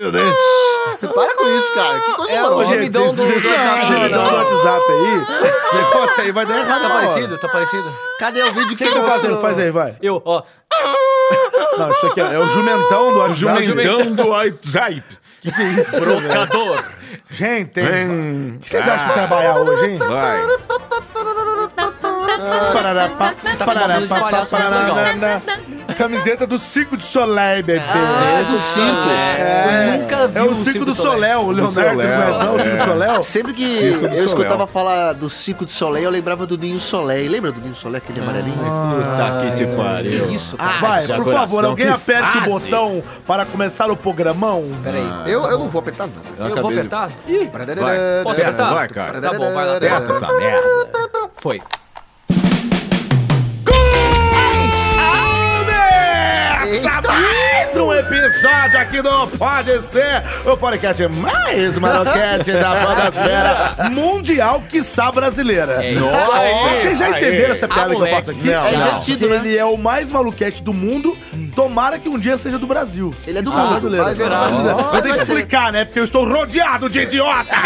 Meu Deus. Para com isso, cara. Que coisa É, horrorosa. hoje- gemidão esse- do- esse- do esse WhatsApp. gemidão do WhatsApp aí, esse negócio aí vai dar errado. Tá na hora. parecido? Tá parecido? Cadê o vídeo que O que você você tá mostrou? fazendo? Faz aí, vai. Eu, ó. Não, isso aqui é, é o jumentão do WhatsApp. Jumentão do WhatsApp. Que que é isso? velho? Trocador. Gente, tem- Vem. o que vocês acham de trabalhar hoje, hein? Vai. Parará, pá, parará, bunda de pá, palhaço, pá, muito legal. parará. Camiseta do Cico de Soleil, bebê. Ah, é do cinco. É, Eu nunca vi é o um Cico do Soleil. Soleil, o Leonardo, Soleil, mas não o Cico é. do Soleil? Sempre que Circo do eu escutava Soleil. falar do Circo de Soleil, eu lembrava do Ninho Soleil. Lembra do Ninho Soleil, aquele amarelinho? Puta que te pariu. Isso, cara. Ah, Vai, já, por coração, favor, alguém que aperte o fase. botão para começar o programão. peraí. Eu, eu não vou apertar, não. Eu eu vou acabei de- apertar? Vai. Posso apertar? Vai, cara. Tá bom, vai lá. Aperta essa merda. Foi. Começa mais um episódio aqui do Pode Ser, o podcast mais maroquete da podosfera mundial, quiçá brasileira. isso Nossa, aí. vocês já entenderam Aê. essa piada Ah, que eu moleque. faço aqui? É invertido, né? Ele é o mais maluquete do mundo, tomara que um dia seja do Brasil. Ele é do Quiçá mundo, brasileira. mas é do Quiçá Brasil. brasileira. Mas Vou ter que vai ser- explicar, né? Porque eu estou rodeado de idiotas.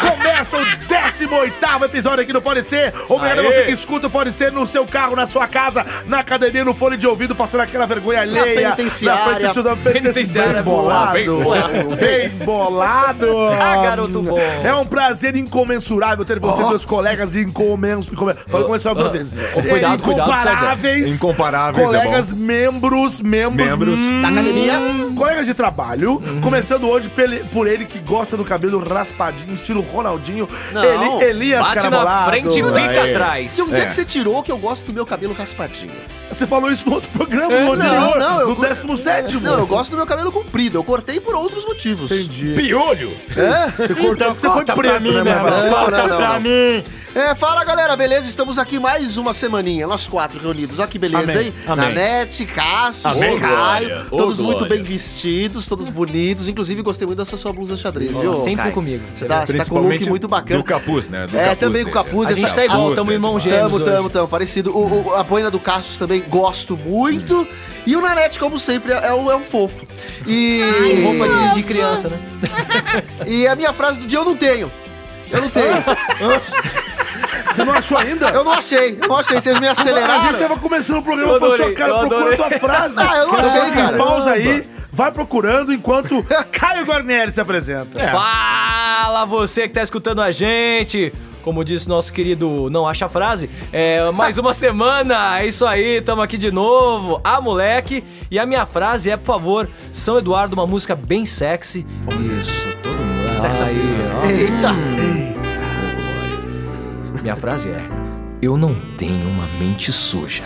Começa o 18º episódio aqui do Pode Ser. Obrigado a Aê. você que escuta o Pode Ser no seu carro, na sua casa, na academia, no fone de ouvido, passando aquela vergonha alheia. penitenciária. Na frente do da penitenciária. Bem Penitenciária, bolado. bem bolado. Bem bolado. Ah, garoto bom. É um prazer incomensurável ter vocês, meus colegas incomensuráveis. Falei incomensurável duas vezes. oh, cuidado, cuidado, Incomparáveis. Incomparáveis, é bom. Colegas, membros, membros. hum, Membros. Da academia. Colegas de trabalho, começando hoje pele- por ele que gosta do cabelo raspadinho, estilo Ronaldinho. Não, ele, Elias Bate na Carabolado. frente e pica atrás. De onde é. É. que você tirou que eu gosto do meu cabelo raspadinho? Você falou isso no outro programa, no não, anterior, não, eu no go- 17 Não, eu gosto do meu cabelo comprido. Eu cortei por outros motivos. Entendi. Piolho. É? Você cortou porque você foi corta pra preso, mim, né, meu Marvão? Não, não, não. Pra mim. É, fala galera, beleza? Estamos aqui mais uma semaninha, nós quatro reunidos. Olha que beleza, Amém. hein? Amém. Nanete, Cássio, Amém. Caio, glória. Ô, todos muito glória. bem vestidos, todos bonitos. Inclusive, gostei muito dessa sua blusa xadrez, viu? Sempre Caio? comigo. Você tá, você tá com um look muito bacana. Do capuz, né? Do É, capuz também com dele. capuz, A gente essa- tá igual, Luz, tamo é irmão demais. gêmeos Tamo, hoje. tamo, tamo. Parecido. O, o- a boina do Cassius também gosto muito. E o Nanete, como sempre, é, é um, é um fofo. E. um Com roupa de, de criança, né? E a minha frase do dia eu não tenho. Eu não tenho. Você não achou ainda? eu não achei. Eu não achei. Vocês me A gente aceleraram. tava começando o programa Eu e falou assim, ó, adorei, eu cara, procura adorei. tua frase. Ah, eu não Então, achei, assim, cara. Pausa aí, vai procurando enquanto Caio Guarnieri se apresenta. É. Fala você que tá escutando a gente. Como disse nosso querido Não Acha Frase, é mais uma semana, é isso aí, tamo aqui de novo, a moleque. E a minha frase é, por favor, São Eduardo, uma música bem sexy. Isso, todo mundo. Sexy aí, Eita. ó. Minha frase é: Eu não tenho uma mente suja,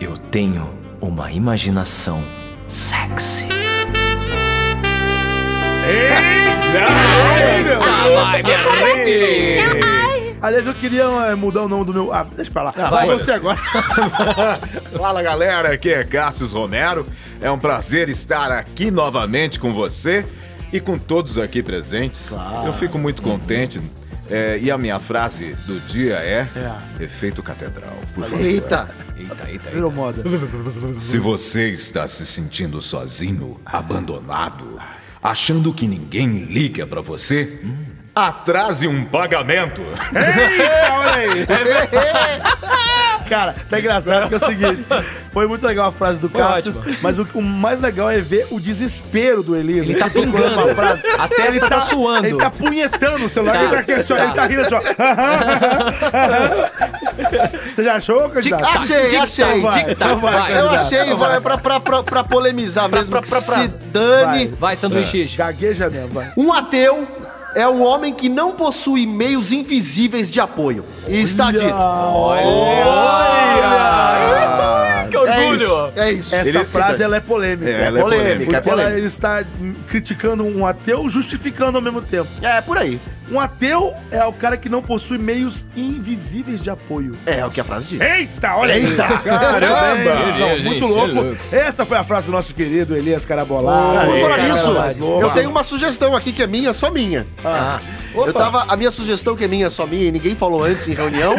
eu tenho uma imaginação sexy. Ah, Ai, minha Aliás, eu queria eh, mudar o nome do meu... Ah, deixa pra lá. vai. vai você agora. Fala galera, aqui é Cássio Romero. É um prazer estar aqui novamente com você e com todos aqui presentes. Eu fico muito contente. É, e a minha frase do dia é, efeito catedral. Por favor. Eita. Eita, eita, Virou moda. Se você está se sentindo sozinho, abandonado, achando que ninguém liga pra você, atrase um pagamento. Eita, olha aí. Cara, tá engraçado porque é o seguinte: foi muito legal a frase do Cássio, ótimo. mas o, o mais legal é ver o desespero do Elias. Ele tá procurando pingando. uma frase. A testa tá suando. Ele tá punhetando o celular. Tá, ele, tá aqui, assim, ó, tá. ele tá rindo assim, ó. Você já achou, candidato? Achei, Tic-tac, achei. vai, tic-tac, então vai, Ah, vai. cara. Eu Vai, achei, vai, pra, pra, pra, pra polemizar mesmo. pra- pra- que pra- Se dane. Vai, sanduíche. Gagueja mesmo, vai. Um ateu é um homem que não possui meios invisíveis de apoio. E está dito. Que É orgulho! isso. É isso. Essa Ele- frase ela é polêmica. É, ela é polêmica, polêmica. é Porque ela polêmica. está criticando um ateu, justificando ao mesmo tempo. É, por aí. Um ateu é o cara que não possui meios invisíveis de apoio. É, o que a frase diz. Eita, olha aí. Eita. Caramba! Não, Gente, muito cê é louco. louco. Essa foi a frase do nosso querido Elias Carabolá. Por Aê, falar cara, nisso, mais louco. eu tenho uma sugestão aqui que é minha, só minha. Ah. Eu tava. A minha sugestão que é minha, só minha, e ninguém falou antes em reunião,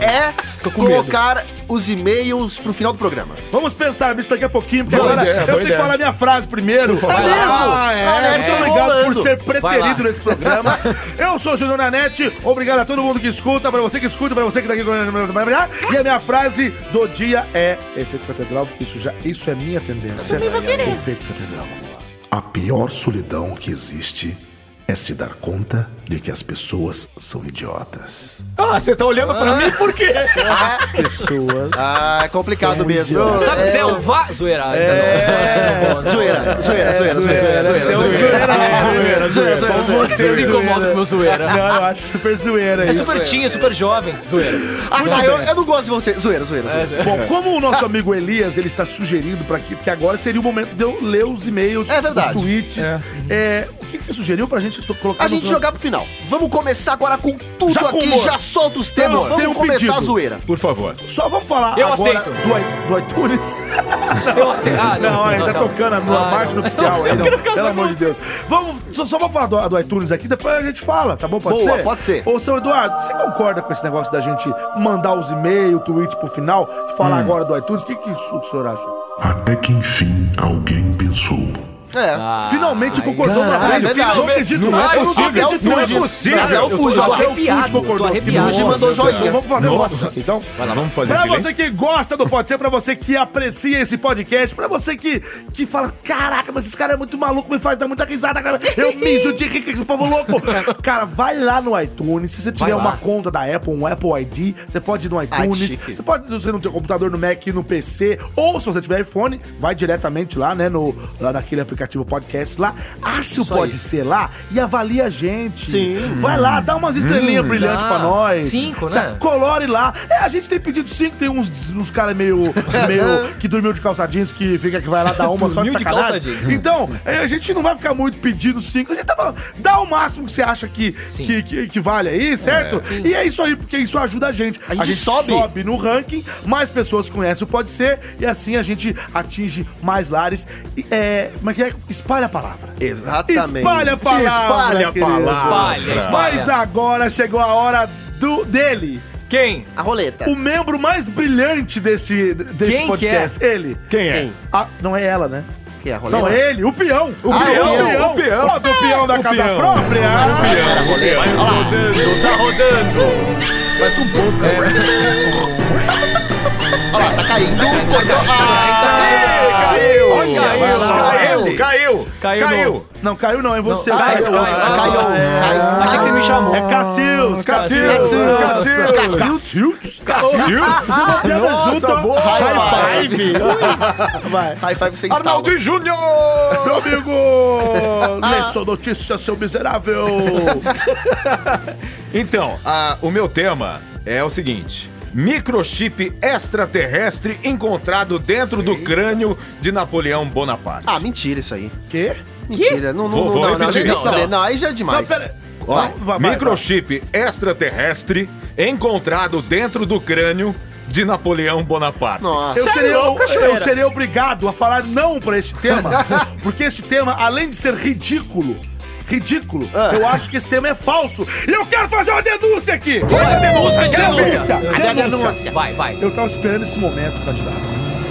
é colocar os e-mails pro final do programa. Vamos pensar nisso daqui a pouquinho, porque Boa agora ideia, boa eu tenho que ideia. falar minha frase primeiro. É mesmo? Ah, é, Nanete por ser Vai lá. preterido nesse programa. Eu sou o Júnior Nanete, obrigado a todo mundo que escuta, pra você que escuta, pra você que tá aqui com E a minha frase do dia é efeito catedral, porque isso já isso é minha tendência. também vou querer. Efeito catedral, vamos lá. A pior solidão que existe é se dar conta de que as pessoas são idiotas. Ah, você tá olhando pra mim por quê? As pessoas. Ah, é complicado São mesmo. é idiotas. Sabe dizer o vá? Zoeira. ainda não. Não, não. Zoeira, zoeira, zoeira, zoeira, é zoeira, zoeira, zoeira, zoeira, zoeira, zoeira, zoeira, zoeira, zoeira. Você se incomoda com o meu zoeira. Não, eu acho super zoeira É isso. super tinha, super jovem. Zoeira. Ah, tá, eu, eu não gosto de você. Zoeira, zoeira, zoeira. Bom, como o nosso amigo Elias, ele está sugerindo para que, porque agora seria o momento de eu ler os e-mails, É verdade. os tweets. É, o que, que você sugeriu pra gente to- colocar A no gente programa? jogar pro final. Vamos começar agora com tudo Já aqui, com humor. já solta os temas. Não, tem Vamos um começar pedido. a zoeira. Por favor. Só vamos falar Eu agora aceito. do, i- do iTunes. Eu aceito. Ah, Não, ainda tá. tocando a Ah, minha margem não. nupcial aí, não. Pelo amor de Deus. Vamos, só, só vamos falar do, do iTunes aqui, depois a gente fala, tá bom? Pode Boa, ser? pode ser. Ô, seu Eduardo, você concorda com esse negócio da gente mandar os e-mails, tweets pro final, Hum. falar agora do iTunes? O que, que isso- o senhor acha? Até que enfim alguém pensou. É. Ah, Finalmente concordou caralho, uma vez. é verdade. Não acredito. Não é eu possível. acredito. Não é Fuji. possível. Até o Eu tô- Fuji, eu tô até o Fuji arrepiado, concordou. tô arrepiado. Fuji Nossa, mandou joinha. cara. Vamos fazer Nossa. nossa. Então, Vai lá, vamos fazer Pra silêncio. você que gosta do Pode Ser, pra você que aprecia esse podcast, pra você que, que fala, caraca, mas esse cara é muito maluco, me faz dar muita risada, cara. eu mijo de rico, esse povo louco. cara, vai lá no iTunes, se você tiver lá. uma conta da Apple, um Apple ID, você pode ir no iTunes, chique. você pode, se você não tem computador no Mac, no PC, ou se você tiver iPhone, vai diretamente lá, né, no, lá naquele aplicativo podcast lá, acha o Pode Ser lá e avalia a gente. Sim. Vai lá, dá umas estrelinhas brilhantes dá. pra nós. Cinco, Sa- né? colore lá. É, a gente tem pedido cinco, tem uns, uns caras meio, meio que dormiu de calça jeans, que fica que vai lá dar uma só de Dormiu de calça sacanagem. jeans. Então, é, a gente não vai ficar muito pedindo cinco, a gente tá falando, dá o máximo que você acha que, Sim. que, que, que vale aí, certo? E é isso aí, porque isso ajuda a gente. A gente sobe. no ranking, mais pessoas conhecem o Pode Ser, e assim a gente atinge mais lares. E, é, como é que é? Espalha a palavra. Exatamente. Espalha a palavra. Espalha a queridos. palavra. Espalha, espalha. Mas agora chegou a hora do dele. Quem? A roleta. O membro mais brilhante desse, desse Quem podcast. Ele. Quem é? Quem? Ah, não é ela, né? Que é a roleta? Não, ele, o peão. O peão, o peão. Ó, do peão da casa peão. própria. Era a roleta. Olha lá. Tá rodando. Parece um pouco, né? É. Olha lá, tá caindo. Cortou. Ah, Caiu. Olha Caiu. isso. Caiu. Caiu. Caiu Caiu. Não, caiu não, é você. Não, caiu, caiu, Ah, caiu. é. Achei que você me chamou. É Cacildos, Cacildos, Cacildos, Cacildos. Cacildos? Uma tá piada Nossa, junto. boa. High five. Vai. High five sem instala. Arnaldo Júnior. Meu amigo, lê sua notícia, seu miserável. Então, a- o meu tema é o seguinte. Microchip extraterrestre encontrado dentro do crânio de Napoleão Bonaparte. Ah, mentira isso aí. Quê? Mentira. Não, não, Vou- não, vou não, não, repetir. não, Não, não, não, aí já é demais. então, Não, pera- Ó, Vai, vai, vai, Microchip extraterrestre encontrado dentro do crânio de Napoleão Bonaparte. Nossa. Eu seria, eu seria obrigado a falar não pra esse tema, porque esse tema, além de ser ridículo, ridículo, Ah. eu acho que esse tema é falso. E eu quero fazer uma denúncia aqui! Vai, denúncia, denúncia, denúncia. denúncia. Vai, vai. Eu tava esperando esse momento, candidato.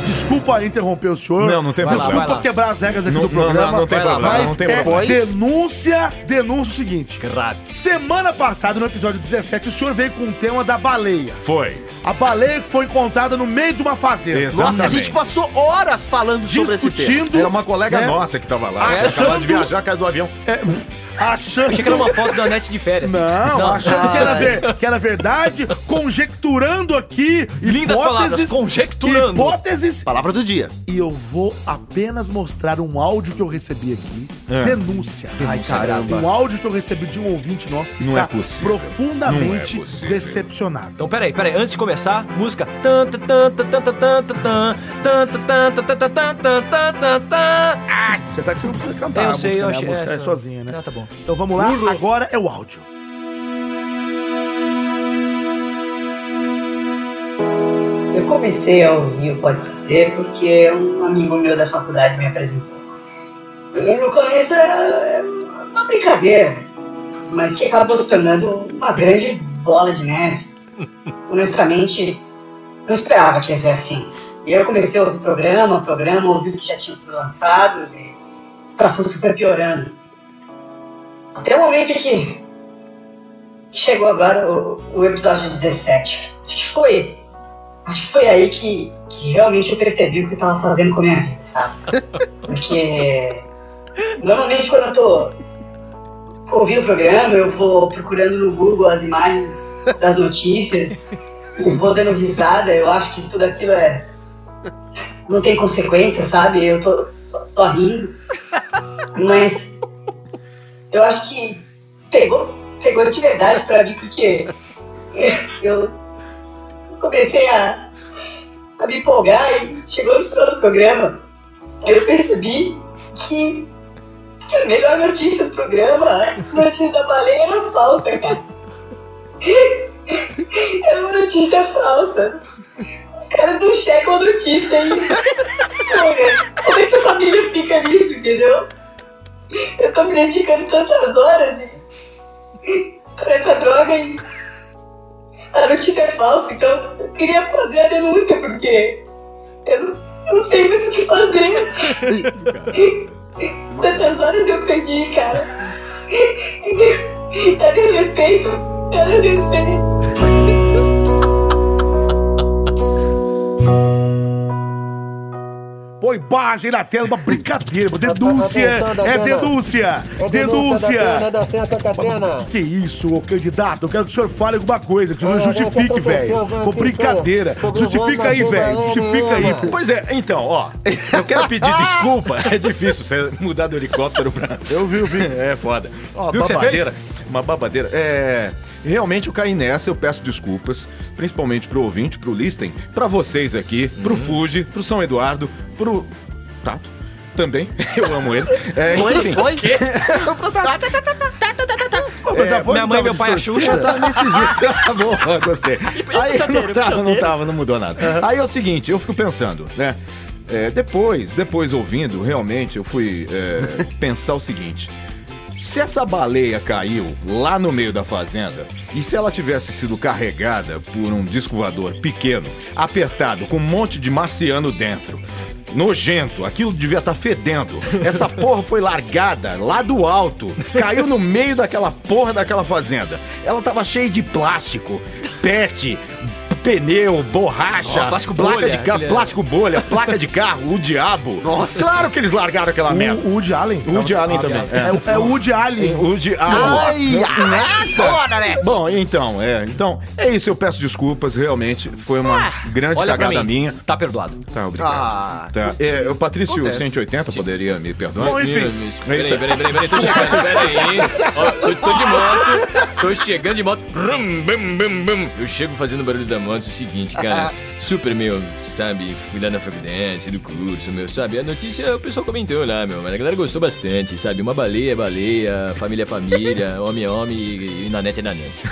Desculpa interromper o senhor. Não, não tem Desculpa problema. Vai lá. quebrar as regras aqui Não- do não- não- programa. não tem vai lá, problema, Mas não tem é problema. denúncia, denúncia o seguinte. Grátis. Semana passada, no episódio 17, o senhor veio com o tema da baleia. Foi. A baleia que foi encontrada no meio de uma fazenda. Nossa, a gente passou horas falando sobre esse tema. discutindo. Era uma colega né, nossa que tava lá. Ela Achando- acabou de viajar, caiu do avião. Achando Achei que era uma foto da net de férias. Não, achando que era, Ah, ver- que era verdade, conjecturando aqui Lindas palavras, conjecturando. Hipóteses. Palavra do dia. E eu vou apenas mostrar um áudio que eu recebi aqui. Denúncia. Ai, caramba. Um áudio que eu recebi de um ouvinte nosso que Não está é possível. profundamente Não é possível. decepcionado. Então, peraí, peraí, antes de começar, música. Tanta, tanta, tanta, tanta, tan, tanta, tanta, tanta, tanta, tanta, tanta. Você sabe que você não precisa cantar Eu a sei, música, eu né? achei- A música é, é sozinha, né? Ah, tá bom. Então vamos lá, agora é o áudio. Eu comecei a ouvir o Pode Ser porque um amigo meu da faculdade me apresentou. Eu no começo era é uma brincadeira, mas que acabou se tornando uma grande bola de neve. Honestamente, não esperava que ia ser assim. E eu comecei a ouvir programa, programa, ouvi os que já tinham sido lançados e a situação super piorando. Até o momento em que chegou agora o, o episódio 17. Acho que foi. Acho que foi aí que, que realmente eu percebi o que eu tava fazendo com a minha vida, sabe? Porque normalmente quando eu tô ouvindo o programa, eu vou procurando no Google as imagens das notícias e vou dando risada, eu acho que tudo aquilo é. Não tem consequência, sabe? Eu tô só, só rindo. Mas eu acho que pegou, pegou de verdade pra mim, porque eu comecei a, a me empolgar e chegou no final do programa, eu percebi que, que a melhor notícia do programa, a notícia da baleia era falsa, cara. Era uma notícia falsa. Os caras não checam a notícia ainda. Olha, Como é que a família fica nisso, entendeu? Eu tô me dedicando tantas horas e- pra essa droga e a notícia é falsa, então eu queria fazer a denúncia, porque eu não, eu não sei mais o que fazer. Tantas horas eu perdi, cara. Cadê o respeito? Cadê o respeito? Põe imagem na tela, uma brincadeira, mano. denúncia, é denúncia, denúncia. Catarina. Que é isso, ô candidato, eu quero que o senhor fale alguma coisa, que o senhor justifique, velho. Com brincadeira, justifica aí, velho, justifica aí, pô. Pois é, então, ó, eu quero pedir desculpa. É difícil você mudar do helicóptero pra. Eu vi, eu vi. É foda. Ó, Viu o que você babadeira. Uma babadeira. É. Realmente eu caí nessa, eu peço desculpas, principalmente pro ouvinte, pro Listen, pra vocês aqui, pro Fuji, pro São Eduardo, pro. Tato. Também, eu amo ele. É, enfim, Oi? Pô, mas a voz minha não mãe e tava meu pai é distorcida? Xuxa. tava meio esquisito. tá bom, gostei. Aí não tava, não tava, não mudou nada. Aí é o seguinte, eu fico pensando, né? É, depois, depois ouvindo, realmente, eu fui é, pensar o seguinte. Se essa baleia caiu lá no meio da fazenda e se ela tivesse sido carregada por um disco voador pequeno, apertado, com um monte de marciano dentro, nojento, aquilo devia estar fedendo. Essa porra foi largada lá do alto, caiu no meio daquela porra daquela fazenda. Ela tava cheia de plástico, pet, pneu, borracha, Nossa, plástico placa bolha, de ca- aquele- é. plástico bolha, placa de carro, o diabo. Nossa. Claro que eles largaram aquela merda. O Woody Allen? O Woody Allen também. É, é o Woody Allen. O de Ai, Bom, então, é. Então, é isso. Eu peço desculpas, realmente. Foi uma grande Ah, Olha pra cagada mim. minha. Tá perdoado. Tá, obrigado. Ah, Tá. É, o Patrício Acontece. 180 poderia me perdoar? Bom, enfim. Peraí, peraí, peraí, peraí, tô chegando, peraí. Ó, tô, tô de moto, tô chegando de moto. Brum, bum, bum, bum. Eu chego fazendo barulho da moto, é o seguinte, cara, super meu, sabe, fui lá na faculdade, do curso, meu, sabe, a notícia o pessoal comentou lá, meu, mas a galera gostou bastante, sabe, uma baleia é baleia, família é família, homem é homem e, e nanete é nanete.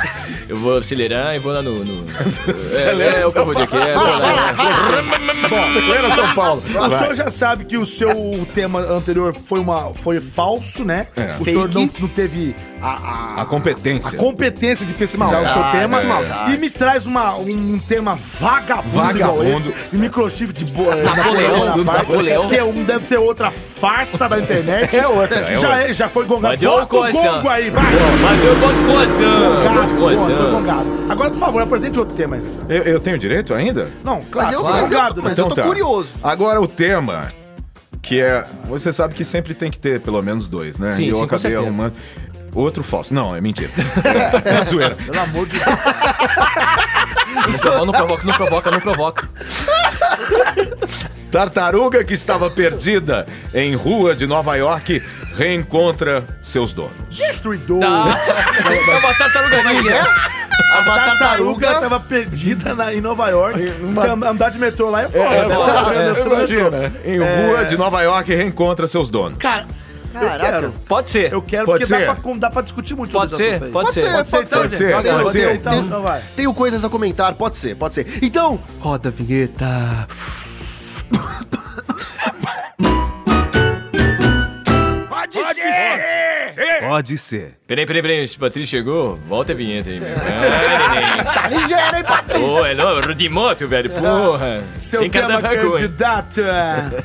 Eu vou acelerar e vou lá no... no é, é, o que eu vou de aqui, é, vou lá. Acelera São Paulo. O Vai. senhor já sabe que o seu tema anterior foi, uma, foi falso, né? É. O senhor não, não teve a, A competência. a competência de pesquisar o Ah, seu é tema. é maldade. E me traz uma, um tema vagabundo, igual Vagabundo. esse. E microchip de bo... eh, Napoleão, Napoleão Bonaparte, Napoleão. Que é um, deve ser outra farsa da internet. É outra, é já, outra. é- já foi gongado. Mas deu Bota o coisa. gongo aí, vai. Mas eu boto coisão, Gongado, boto pronto, foi coisão. gongado. Agora, por favor, apresente outro tema aí. Luiz. Eu, eu tenho direito ainda? Não, mas claro, eu, foi mas eu, gongado, né? mas eu Então tô tá. curioso. Agora o tema, que é. Você sabe que sempre tem que ter pelo menos dois, né? Sim, e eu sim, com acabei certeza. arrumando. Outro falso. Não, é mentira. É, é zoeira. Pelo amor de Deus. Não provoca, não provoca, não provoca. Tartaruga que estava perdida em rua de Nova York reencontra seus donos. Destruidor. É uma tartaruga ninja. A tartaruga tava perdida na- em Nova York. Numa- porque Andar de metrô lá é foda. né? É. foda, Você anda- né? você anda de metrô. Imagina, Em rua de Nova York reencontra seus donos. Cara, eu Caraca. quero. Pode ser. Eu quero, Pode porque dá ser? pra, con- dá pra discutir muito Pode sobre esse ser, assunto aí. pode ser. Pode ser, pode ser. pode Tenho- ser. tenho- Então, tenho- então vai. Tenho coisas a comentar, pode ser, pode ser. Então, roda a vinheta. Pode ser. Pode ser. Peraí, peraí, peraí. Se o Patrício chegou, volta a vinheta aí, meu. Ah, Tá ligeiro, hein, Patrícia? neném. Pô, é louco, de moto, velho. Porra. Seu tema, é, vergonha. candidata.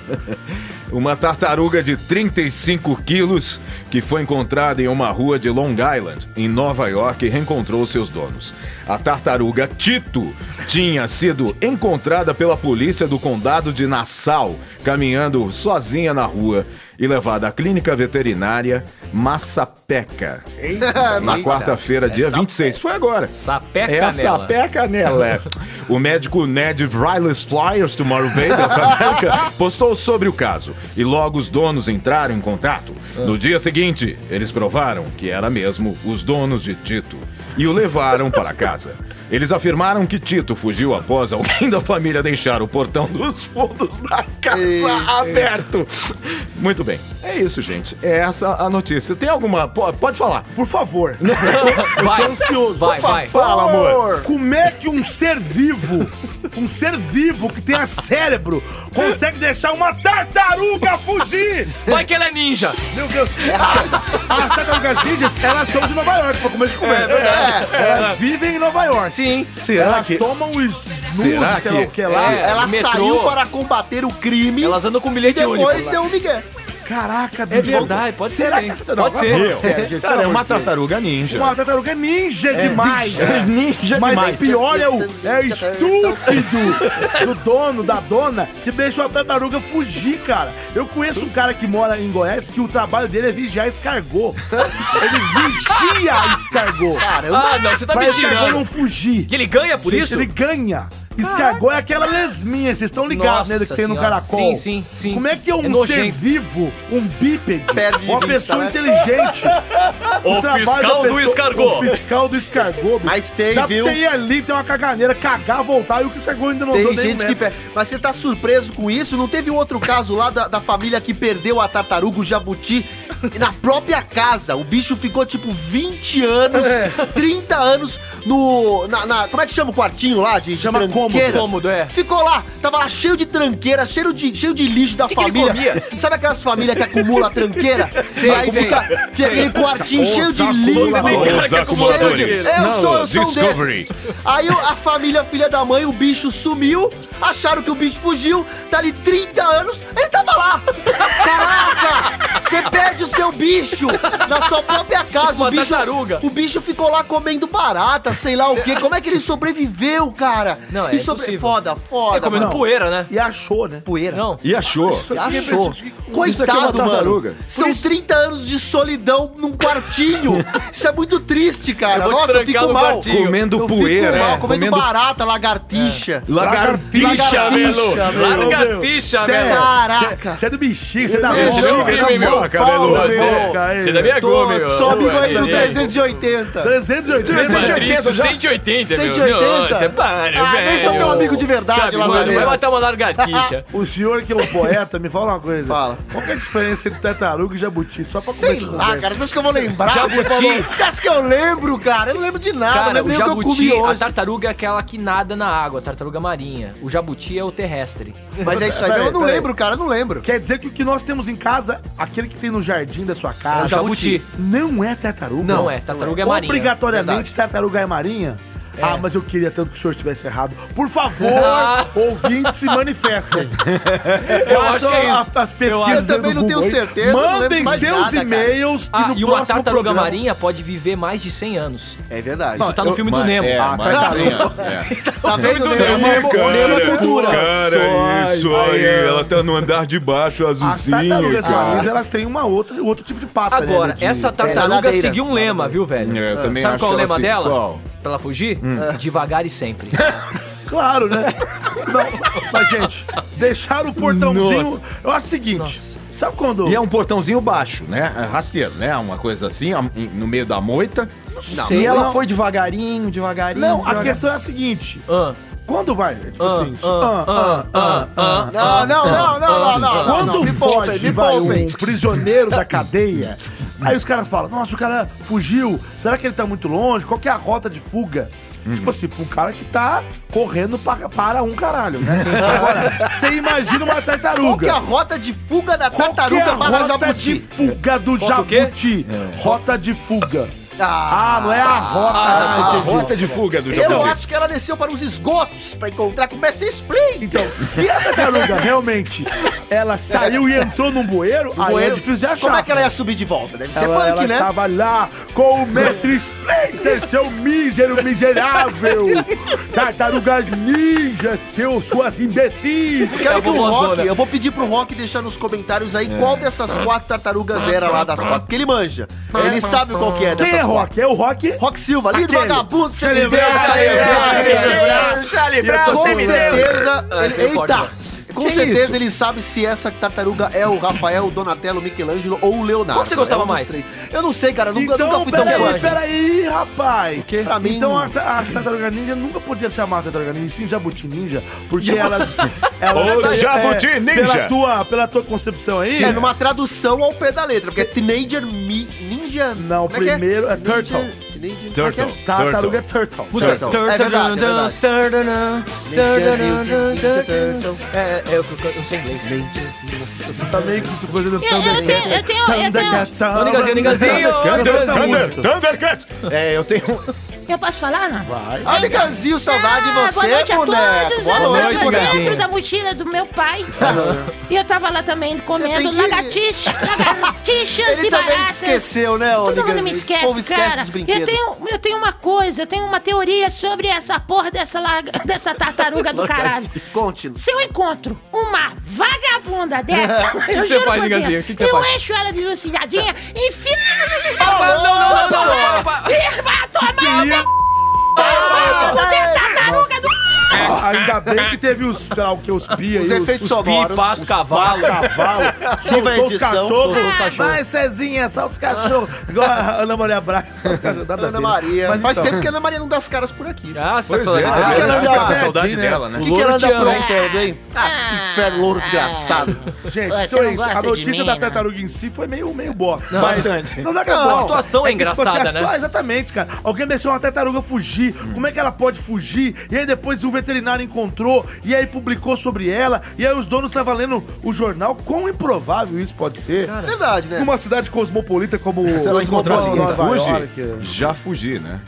Uma tartaruga de 35 quilos que foi encontrada em uma rua de Long Island, em Nova York, e reencontrou seus donos. A tartaruga Tito tinha sido encontrada pela polícia do condado de Nassau, caminhando sozinha na rua e levada à clínica veterinária Massapeca. na quarta-feira, dia 26. Foi agora. Sapeca É a nela. sapeca nela. é. O médico Ned Rylis Flyers do Bay da América postou sobre o caso e logo os donos entraram em contato. No dia seguinte, eles provaram que era mesmo os donos de Tito e o levaram para casa. Eles afirmaram que Tito fugiu após alguém da família deixar o portão dos fundos da casa aberto. Muito bem. É isso, gente. É essa a notícia. Tem alguma. po- Pode falar. Por favor, Vai, ansioso. vai, vai. Fala, amor. como é que um ser vivo, um ser vivo que tenha cérebro, consegue deixar uma tartaruga fugir? Vai que ela é ninja. Meu Deus. As tartarugas ninjas, elas são de Nova York, pra começo de conversa. É, Elas vivem em Nova York. Sim. Será Elas que. tomam os Será snus, sei lá que- o que lá. É, Ela metrô. saiu para combater o crime Elas andam com e bilhete único. depois deu um o Miguel. Caraca, É verdade, pode Será ser. que hein? tá essa Pode ser. Cara, um é uma tartaruga ninja. Uma tartaruga é ninja demais. ninja Mas demais. o pior é o é o estúpido do dono, da dona, que deixou a tartaruga fugir, cara. Eu conheço um cara que mora em Goiás que o trabalho dele é vigiar escargot. Ele vigia escargot. Ah, não, você tá me Mas escargot tirando. não fugir. Que ele ganha por isso? Ele ganha. Escargot é aquela lesminha, vocês estão ligados, né, do que Nossa tem no senhora. caracol. Sim, sim, sim. Como é que é É um nojento. ser vivo, um bípede, Perde de uma vista, pessoa né? inteligente, O trabalho fiscal da do pessoa- escargot. O fiscal do escargot. bicho. Mas tem, Dá viu? pra você ir ali, ter uma caganeira, cagar, voltar e o que escargot ainda não deu Tem nem gente um que metro. perde. Mas você tá surpreso com isso? Não teve um outro caso lá da, da família que perdeu a tartaruga, o jabuti, na própria casa. O bicho ficou tipo 20 anos, É. 30 anos no. Na, na- como é que chama o quartinho lá? De, de Chama tranqueira? Cômodo, é. Ficou lá, tava lá cheio de tranqueira, cheio de, cheio de lixo da Que que ele família. comia? Sabe aquelas famílias que acumula tranqueira? Sei, Aí sei. fica, fica aquele quartinho cheio de lixo. acumuladores. Cheio de- Os acumuladores. É, eu Não, sou, eu sou um Discovery. desses. Aí o- a família, filha da mãe, o bicho sumiu, acharam que o bicho fugiu, tá ali 30 anos, ele tava lá. Caraca! Você perde o seu bicho na sua própria casa. Uma o bicho, tartaruga. O bicho ficou lá comendo barata, sei lá o quê. Como é que ele sobreviveu, cara? Não, é e sobre... impossível. Foda, foda. Tá comendo mano. poeira, né? E achou, né? poeira. Não. E achou. Isso aqui é Achou. representa- Isso aqui é uma Coitado, tartaruga. mano. São 30 anos de solidão num quartinho. Isso é muito triste, cara. Eu vou te Nossa, eu trancar fico no mal. quartinho. Comendo eu poeira, Fico mal, é, comendo, comendo- É. barata, lagartixa. Lagartixa, Lagartixa, velho. velho. Lagartixa, Cê é- velho. Caraca. Você é do bexiga, você é da Meu louca. Deus, Você é São da Paulo, cabelo. é meu. Você é da minha Tô, goma, meu. só me Ué, aguentando é. 380. é 380. 380 já? 180, meu. 180? Nossa, é para, Ah, velho. vem só teu amigo de verdade, Sabe, mano, Lazarento. Vai matar uma lagartixa. O senhor que é um poeta, me fala uma coisa. Fala. Qual que é a diferença entre tartaruga e jabuti? Só pra Sei começo de lá, conversa. cara. Você acha que eu vou lembrar? Jabuti. Você falou. Você acha que eu lembro, cara? Eu não lembro de nada. eu Cara, lembro o Ah, nem o que eu jabuti, comi a hoje. tartaruga é aquela que nada na água, a tartaruga marinha. O jabuti é o terrestre. Mas é isso aí. Peraí, eu não peraí. lembro, cara. Eu não lembro. Quer dizer que o que nós temos em casa, aquele que tem no jardim da sua É o casa, jabuti. não é tartaruga. Não, é, tartaruga é marinha. Obrigatoriamente, tartaruga é marinha? Ah, mas eu queria tanto que o senhor estivesse errado. Por favor, Ah. ouvintes, se manifestem. Eu acho que é Façam isso. a- as Eu pesquisas acho- Eu também no não tenho Google aí. certeza, não lembro Mandem mais seus nada, cara. e-mails Ah, que no e uma próximo tartaruga programa- marinha pode viver mais de 100 anos. É verdade. Isso tá no eu- filme do Ma- Nemo. É, Ah, mas tartaruga. é. Tá vendo, Muito né? bem, Uma- uma- Cara, uma cultura. cara, isso aí. Ela tá no andar de baixo, As azulzinho. tartarugas cara. marinhas, elas têm uma outra, outro tipo de pata. né, Agora, né, de- essa tartaruga nadadeira. seguiu um lema, viu, velho? É, eu também Sabe acho qual é o que ela lema se- dela? qual? Pra ela fugir? Devagar e sempre. Claro, né? Não, mas, gente, deixaram o portãozinho. Eu acho o seguinte: sabe quando. E é um portãozinho baixo, né? É Rasteiro, né? Uma coisa assim, am- em- no meio da moita. Não, e ela não. foi devagarinho, devagarinho. Não, a devagar- questão é a seguinte: Ah, quando vai? É tipo ah, assim. ah, ah, ah, ah, ah. Não, não, não, não, não, não. não, Quando não, me poupem, foge, me vai poupem. um prisioneiro da cadeia, aí os caras falam, nossa, o cara fugiu, será que ele tá muito longe? Qual que é a rota de fuga? Tipo assim, pra um cara que tá correndo para, para um caralho, né? Agora, você imagina uma Qual que é a tartaruga. rota de fuga da um Qual que é tartaruga a para rota de jabuti? fuga do Rota o quê? jabuti? Rota de fuga. Ah, não é a rota. Ah, Ah, A entendi. rota de fuga do Eu Jabuti. acho que ela desceu para os esgotos pra encontrar com o Mestre Splinter. Então, se a tartaruga realmente ela saiu e entrou num bueiro, aí é Um Bueiro. difícil de achar. Como é que ela ia subir de volta? Deve ser Ela, punk, ela né? tava lá com o mestre Splinter, seu mísero miserável! Tartarugas ninjas, seu, suas imbecis! Eu Quero É que o uma boa Rock, né? zona. eu vou pedir pro Rock deixar nos comentários É. aí qual dessas quatro tartarugas era lá das quatro, porque ele manja. Ele sabe qual que Quem é é dessas quatro. Rock? É o Rock? Rock Silva, lindo Aquele. vagabundo, Celebrar, celebrar, celebrar. Com certeza, Ah, ele, você pode, eita, mano. com certeza ele sabe se essa tartaruga é o Rafael, o Donatello, o Michelangelo ou o Leonardo. Qual que você gostava É um dos mais? três. Eu não sei, cara, eu nunca, nunca Então, fui tão assim. peraí, fã. peraí, rapaz! quê? Pra mim, então não. as, ta- as tartarugas ninja nunca podia se chamar tartaruga ninja, e sim jabuti ninja, porque elas. elas é, Ô, Jabuti Ninja! Pela tua, pela tua concepção aí. É numa tradução ao pé da letra, porque é Teenager Mi- Ninja. Não, como é que é? primeiro é Ninja- Turtle. Teenager- como é que é? Turtle. Tartaruga é Turtle. turtle. Música. Turtle. É verdade, é verdade. É, é, eu eu não sei inglês. Você tá meio que tu Então, fazendo eu tenho- eu tenho- eu tenho- Nigazinho, Nigazinho. Thunder, Thunder, música. Thundercats! É, eu tenho. Eu posso falar, não? Amigazinho, saudade de Ah, você, boa noite a boneco. todos. Eu noite, tava boneco. dentro da mochila do meu pai. E eu tava lá também tem comendo que- lagartixas, lagartixas Ele e também baratas. esqueceu, né, ô Todo mundo Nigazinho? me Esse esquece, povo esquece cara. dos brinquedos. Eu tenho, eu tenho uma coisa, eu tenho uma teoria sobre essa porra dessa, larga- dessa tartaruga do caralho. Conte-nos. Se eu encontro uma vagabunda dessa, eu você juro faz, por Nigazinho? O Deus, que que você eu faz? encho ela de lucidadinha, enfio... Ah, Não, não, não, não, não. Ih, Vai tomar uma foder tartaruga do... Ah, Ainda bem que teve os, sei lá, o que, os pia Os aí, efeitos os sonoros. Pipa, cavalo. cavalo, Viva soltou a os edição. Ah, cachorros. Soltou os cachorros. Vai, Cezinha, solta os cachorros. Igual a Ana Maria Braga, solta os cachorros. Nada a Ana ver. Maria. Tá Mas Faz então, tempo que a Ana Maria não dá as caras por aqui. O Ah, você tá Pois com é, saudade. que é, ela ela anda fica com aprontando, saudade né? dela, né? que, que ela Louro te anda ama. aprontando, hein? Ah, que inferno, é. louro desgraçado. Gente, Você então é não isso. gosta A de notícia mim, né? da não. tartaruga em si foi meio, meio bosta. Não, mas bastante. não dá que é Não, a bosta. situação é que, tipo, assim, engraçada, a situa- né? Exatamente, cara. Alguém deixou uma tartaruga fugir. Como é que ela pode fugir? E aí depois o veterinário encontrou e aí publicou sobre ela. E aí os donos estavam lendo o jornal. Quão improvável isso pode ser? Verdade, né? Numa cidade cosmopolita como Se ela encontrasse quem Nova fuge, York. já fugi, né?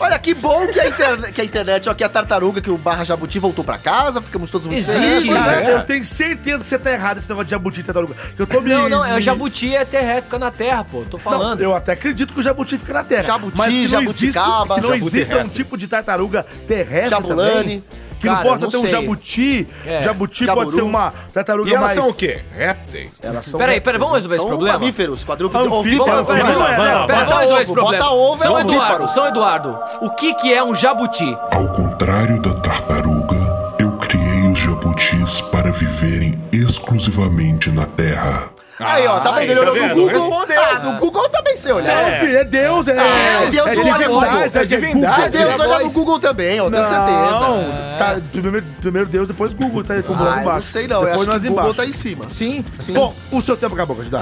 Olha, que bom que a, interne- que a internet, ó, que a tartaruga, que o Barra Jabuti voltou pra casa, ficamos todos muito Existe, felizes. né? Pois é, É. Eu tenho certeza que você tá errado esse negócio de jabuti e tartaruga. Eu tô me- Não, não, é me- jabuti é terra, fica na terra, pô. Tô Não, falando. eu até acredito que o jabuti fica na terra. Jabuti, mas que não exista, jabuticaba, que não jabu exista um terrestre. tipo de tartaruga terrestre Jabulani. também. Que não Cara, possa não ter um sei. jabuti. É. Jabuti Jaburu. pode ser uma tartaruga E elas mais... são o quê? Répteis? Elas são... Peraí, peraí, vamos resolver esse São problema? mamíferos, quadrúpedes, Anfíbios, ovíparos. peraí, Então, Vai não lá, é, vai né? lá, Pera, bota vamos resolver esse ovo, problema. Bota ovo, é São ovíparo. Eduardo, São Eduardo, o que que é um jabuti? Ao contrário da tartaruga, eu criei os jabutis para viverem exclusivamente na terra. Aí, ó, tá Aí, vendo? Ele tá olhou no vendo? Google. Respondeu. Ah, no Google também sei Não, olhar. filho, é Deus. É, É, Deus é não olha divindade. Google, É é divindade. Ah, divindade. Deus, Google. olha no Google também, ó, tenho certeza. Não, tá, primeiro, primeiro Deus, depois Google, tá acumulando Ah, eu embaixo. não sei não, eu depois acho que o nós Google embaixo. tá em cima. Sim, sim. Bom, o seu tempo acabou, Ah, Gajudá.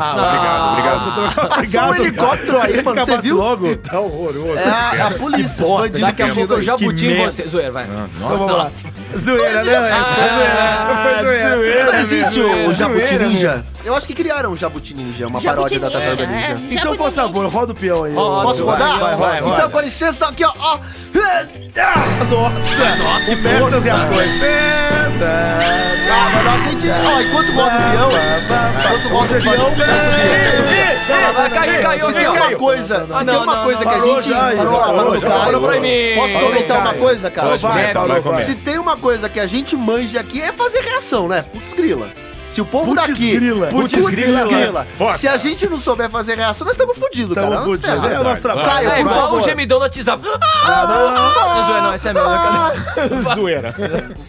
Obrigado, Ah, obrigado. Passou um helicóptero aí, mano, você viu? logo. Tá horroroso. É a, a polícia, os bandidos Daqui a que Ah. pouco eu chegam aí. jabuti em merda. você. Zoeira, vai. Então vamos lá. Zoeira, né? Essa foi zoeira. Foi zoeira. Ah, né? Não existe o zoeira, Jabuti zoeira, Ninja. Eu acho que criaram o Jabuti Ninja, uma paródia da Jabuti Tartaruga Ninja. Ninja, é. Então, por Jabuti Ninja. favor, roda o peão aí. Roda, Posso Vai, rodar? Vai, roda. Então, com licença, aqui, ó. ó. Ah, Nossa, nossa, que força. ações. é, Ah, mano, a gente... Ó, enquanto roda o peão, enquanto é roda o peão... Você subir, você subir. Vai, vai, caiu, caiu Se aqui, tem ó. uma coisa, se tem não, uma não, coisa não. que a Parou gente... já aí, Parou, parou, parou, já parou, parou pra mim. Posso Parou, comentar uma Caio. coisa, cara? Pode, vai, Vai, vai, comer. vai. Se tem uma coisa que a gente manja aqui é fazer reação, né? Putz grila. Se o povo Putz daqui. grila. Putz, Putz grila. grila. Forte. Se a gente não souber fazer reação, nós estamos fudidos, Tamo cara. Nós fudido, ferramos. é o nosso trabalho. Caio, É por igual o favor. gemidão no WhatsApp. Ah, Zoeira, não, essa é melhor. Zoeira.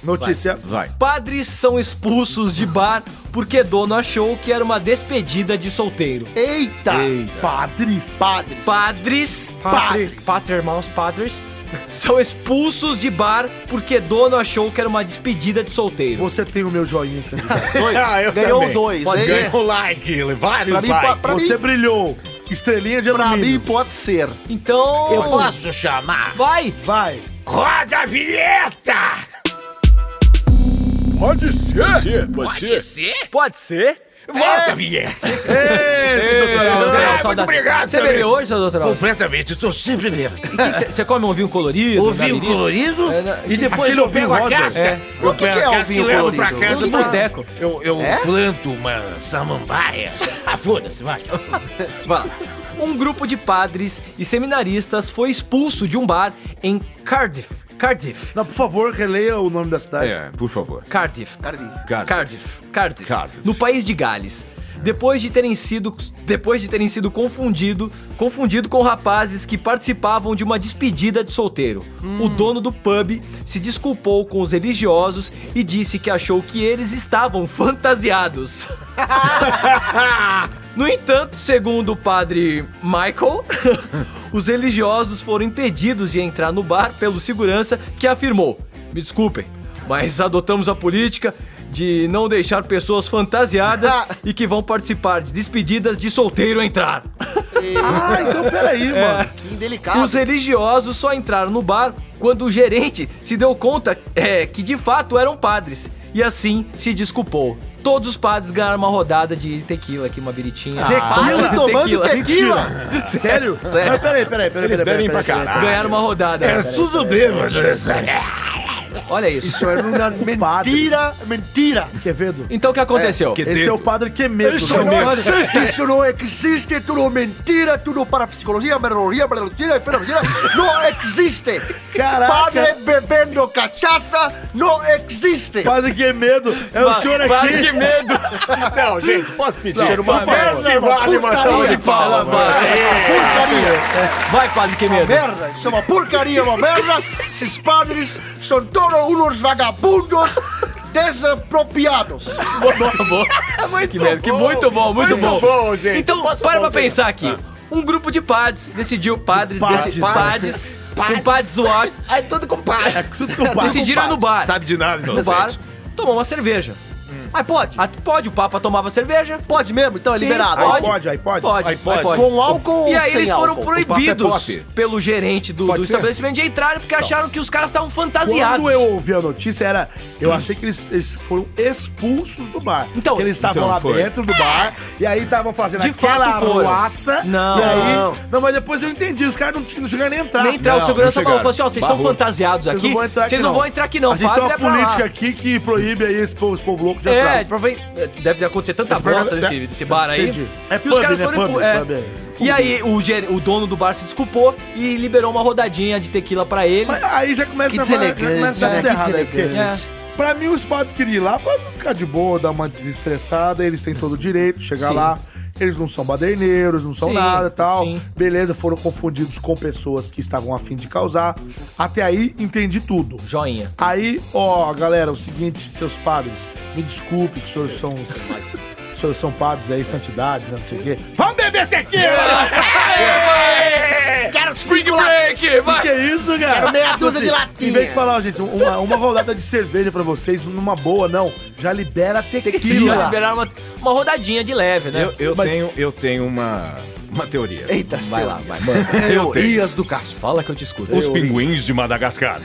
Notícia. Vai. Padres são expulsos de bar porque dono achou que era uma despedida de solteiro. Eita. Padres. Padre. Padres, Padres. padres, irmãos, padres, são expulsos de bar porque dono achou que era uma despedida de solteiro. Você tem o meu joinha, candidato. Ah, eu Ganhou também. dois, Pode hein? ser. Ganhou like, Pra vários mim, pa- likes. pra Você é mim, brilhou. Estrelinha de pra mim alumínio. pode ser. Então, chamar? vai. Vai. Roda a vinheta! é Pode ser? Pode ser? Volta, vinheta. É. Esse, doutor Alves. doutor Alves, é. muito obrigado Você também. bebeu hoje, seu doutor Alves? Completamente, estou sempre bêbado. E que que Você você come um ovinho colorido? Ovinho Gabirinha? colorido É, não, e depois aquele eu pego ovinho a rosa. casca. É. O que, que é ovinho levo pra colorido? casa Os boteco. Eu, eu É? planto uma samambaia. Ah, foda-se, vai. Vai lá. Um grupo de padres e seminaristas foi expulso de um bar em Cardiff. Cardiff. Não, por favor, releia o nome da cidade. É, por favor. Cardiff. Cara, Cardiff. Cardiff. Cardiff. No país de Gales. Depois de terem sido depois de terem sido confundido, confundido com rapazes que participavam de uma despedida de solteiro. O dono do pub se desculpou com os religiosos e disse que achou que eles estavam fantasiados. No entanto, segundo o padre Michael, os religiosos foram impedidos de entrar no bar pelo segurança que afirmou: Me desculpem, mas adotamos a política de não deixar pessoas fantasiadas e que vão participar de despedidas de solteiro entrar. É. Ah, então peraí, mano. Que indelicado. Os religiosos só entraram no bar quando o gerente se deu conta é, que de fato eram padres. E assim se desculpou. Todos os padres ganharam uma rodada de tequila aqui, uma biritinha. Ah, Padre tomando tequila. Mentira. Sério? Sério. Mas peraí, peraí, peraí. Eles peraí, bebem pra peraí, peraí. caralho. É, Ganharam uma rodada. né, É tudo bêbado nessa. Olha isso. é O padre. Mentira, mentira. Quevedo. Então o que aconteceu? que- Esse é o padre Quemedo. Isso não existe, isso não existe, tudo mentira, tudo para psicologia, melodia, melodia, melodia, não existe. Caraca. Padre bebendo cachaça, não existe. Padre Quemedo. É o senhor aqui. Padre que Ah, medo! Não, gente, posso pedir uma merda, Se vale uma salva de Fala, palmas. É. Porcaria. Vai, padre que medo! Merda, isso é uma porcaria, uma merda. Esses padres são todos uns vagabundos desapropriados. que medo, que muito bom, muito, bom. Muito bom, gente. Então, Posso para pra voltar? Ah. pensar aqui. Um grupo de padres decidiu, padres, Padres. deci- padres, com padres zoados, É tudo com paz. Tudo com o padre. decidiram ir no bar. Sabe de nada, no bar, inocente. tomar uma cerveja. Mas É. pode? Ah, pode, o Papa tomava cerveja. Pode mesmo? Então é Sim, liberado? Aí pode, aí pode. Pode, Aí pode. pode. Com álcool E ou aí sem eles foram álcool? proibidos O papo é pop. pelo gerente do, Pode do ser? estabelecimento de entrarem porque acharam que os caras estavam fantasiados. Quando eu ouvi a notícia, era. Eu achei que eles, eles foram expulsos do bar. Então- que eles estavam Então lá foi. dentro do bar e aí estavam fazendo De aquela fato foram. arruaça. Não. E aí. Não, mas depois eu entendi. Os caras não, tinham- não chegaram nem a entrar. Nem entrar, Não, o segurança não chegaram. falou, falou assim, ó, vocês estão Barrou. fantasiados aqui, vocês não vão entrar aqui não, A gente tem padre uma é pra lá." política aqui que proíbe aí esse povo, esse povo louco de É, entrar. prova- deve acontecer tanta Esse bosta programa- nesse, nesse bar aí. Entendi. É e os pub, caras né? foram... Pub, impu- é. pub, é. E aí o, ger- o dono do bar se desculpou e liberou uma rodadinha de tequila pra eles. É. Mas aí já começa a Que já deselegante, começa a dar né? tudo Que errado É. aí, deselegante. porque- Pra mim, os padres queriam ir lá pra ficar de boa, dar uma desestressada, eles têm todo o direito, de chegar Sim. lá. Eles não são baderneiros, não são Sim, nada e tal. sim. Beleza, foram confundidos com pessoas que estavam a fim de causar. Até aí, entendi tudo. Joinha. Aí, ó, galera, o seguinte, seus padres, me desculpe que os senhores são. Os senhores são padres aí, santidades, né? Não sei o quê. Vamos beber É, tequila! Quero Spring Break, O que vai! é isso, cara? assim, Quero meia dúzia de latinha. Em vez de falar, ó, gente, uma, uma rodada de cerveja pra vocês, numa boa, não. Já libera tequila. Já liberaram uma, uma rodadinha de leve, né? Eu, eu Mas- tenho, eu tenho uma, uma teoria. Eita, Vai Estela. lá, vai, manda. Eu tenho. do Castro. Fala que eu te escuto. Os pinguins de Madagascar.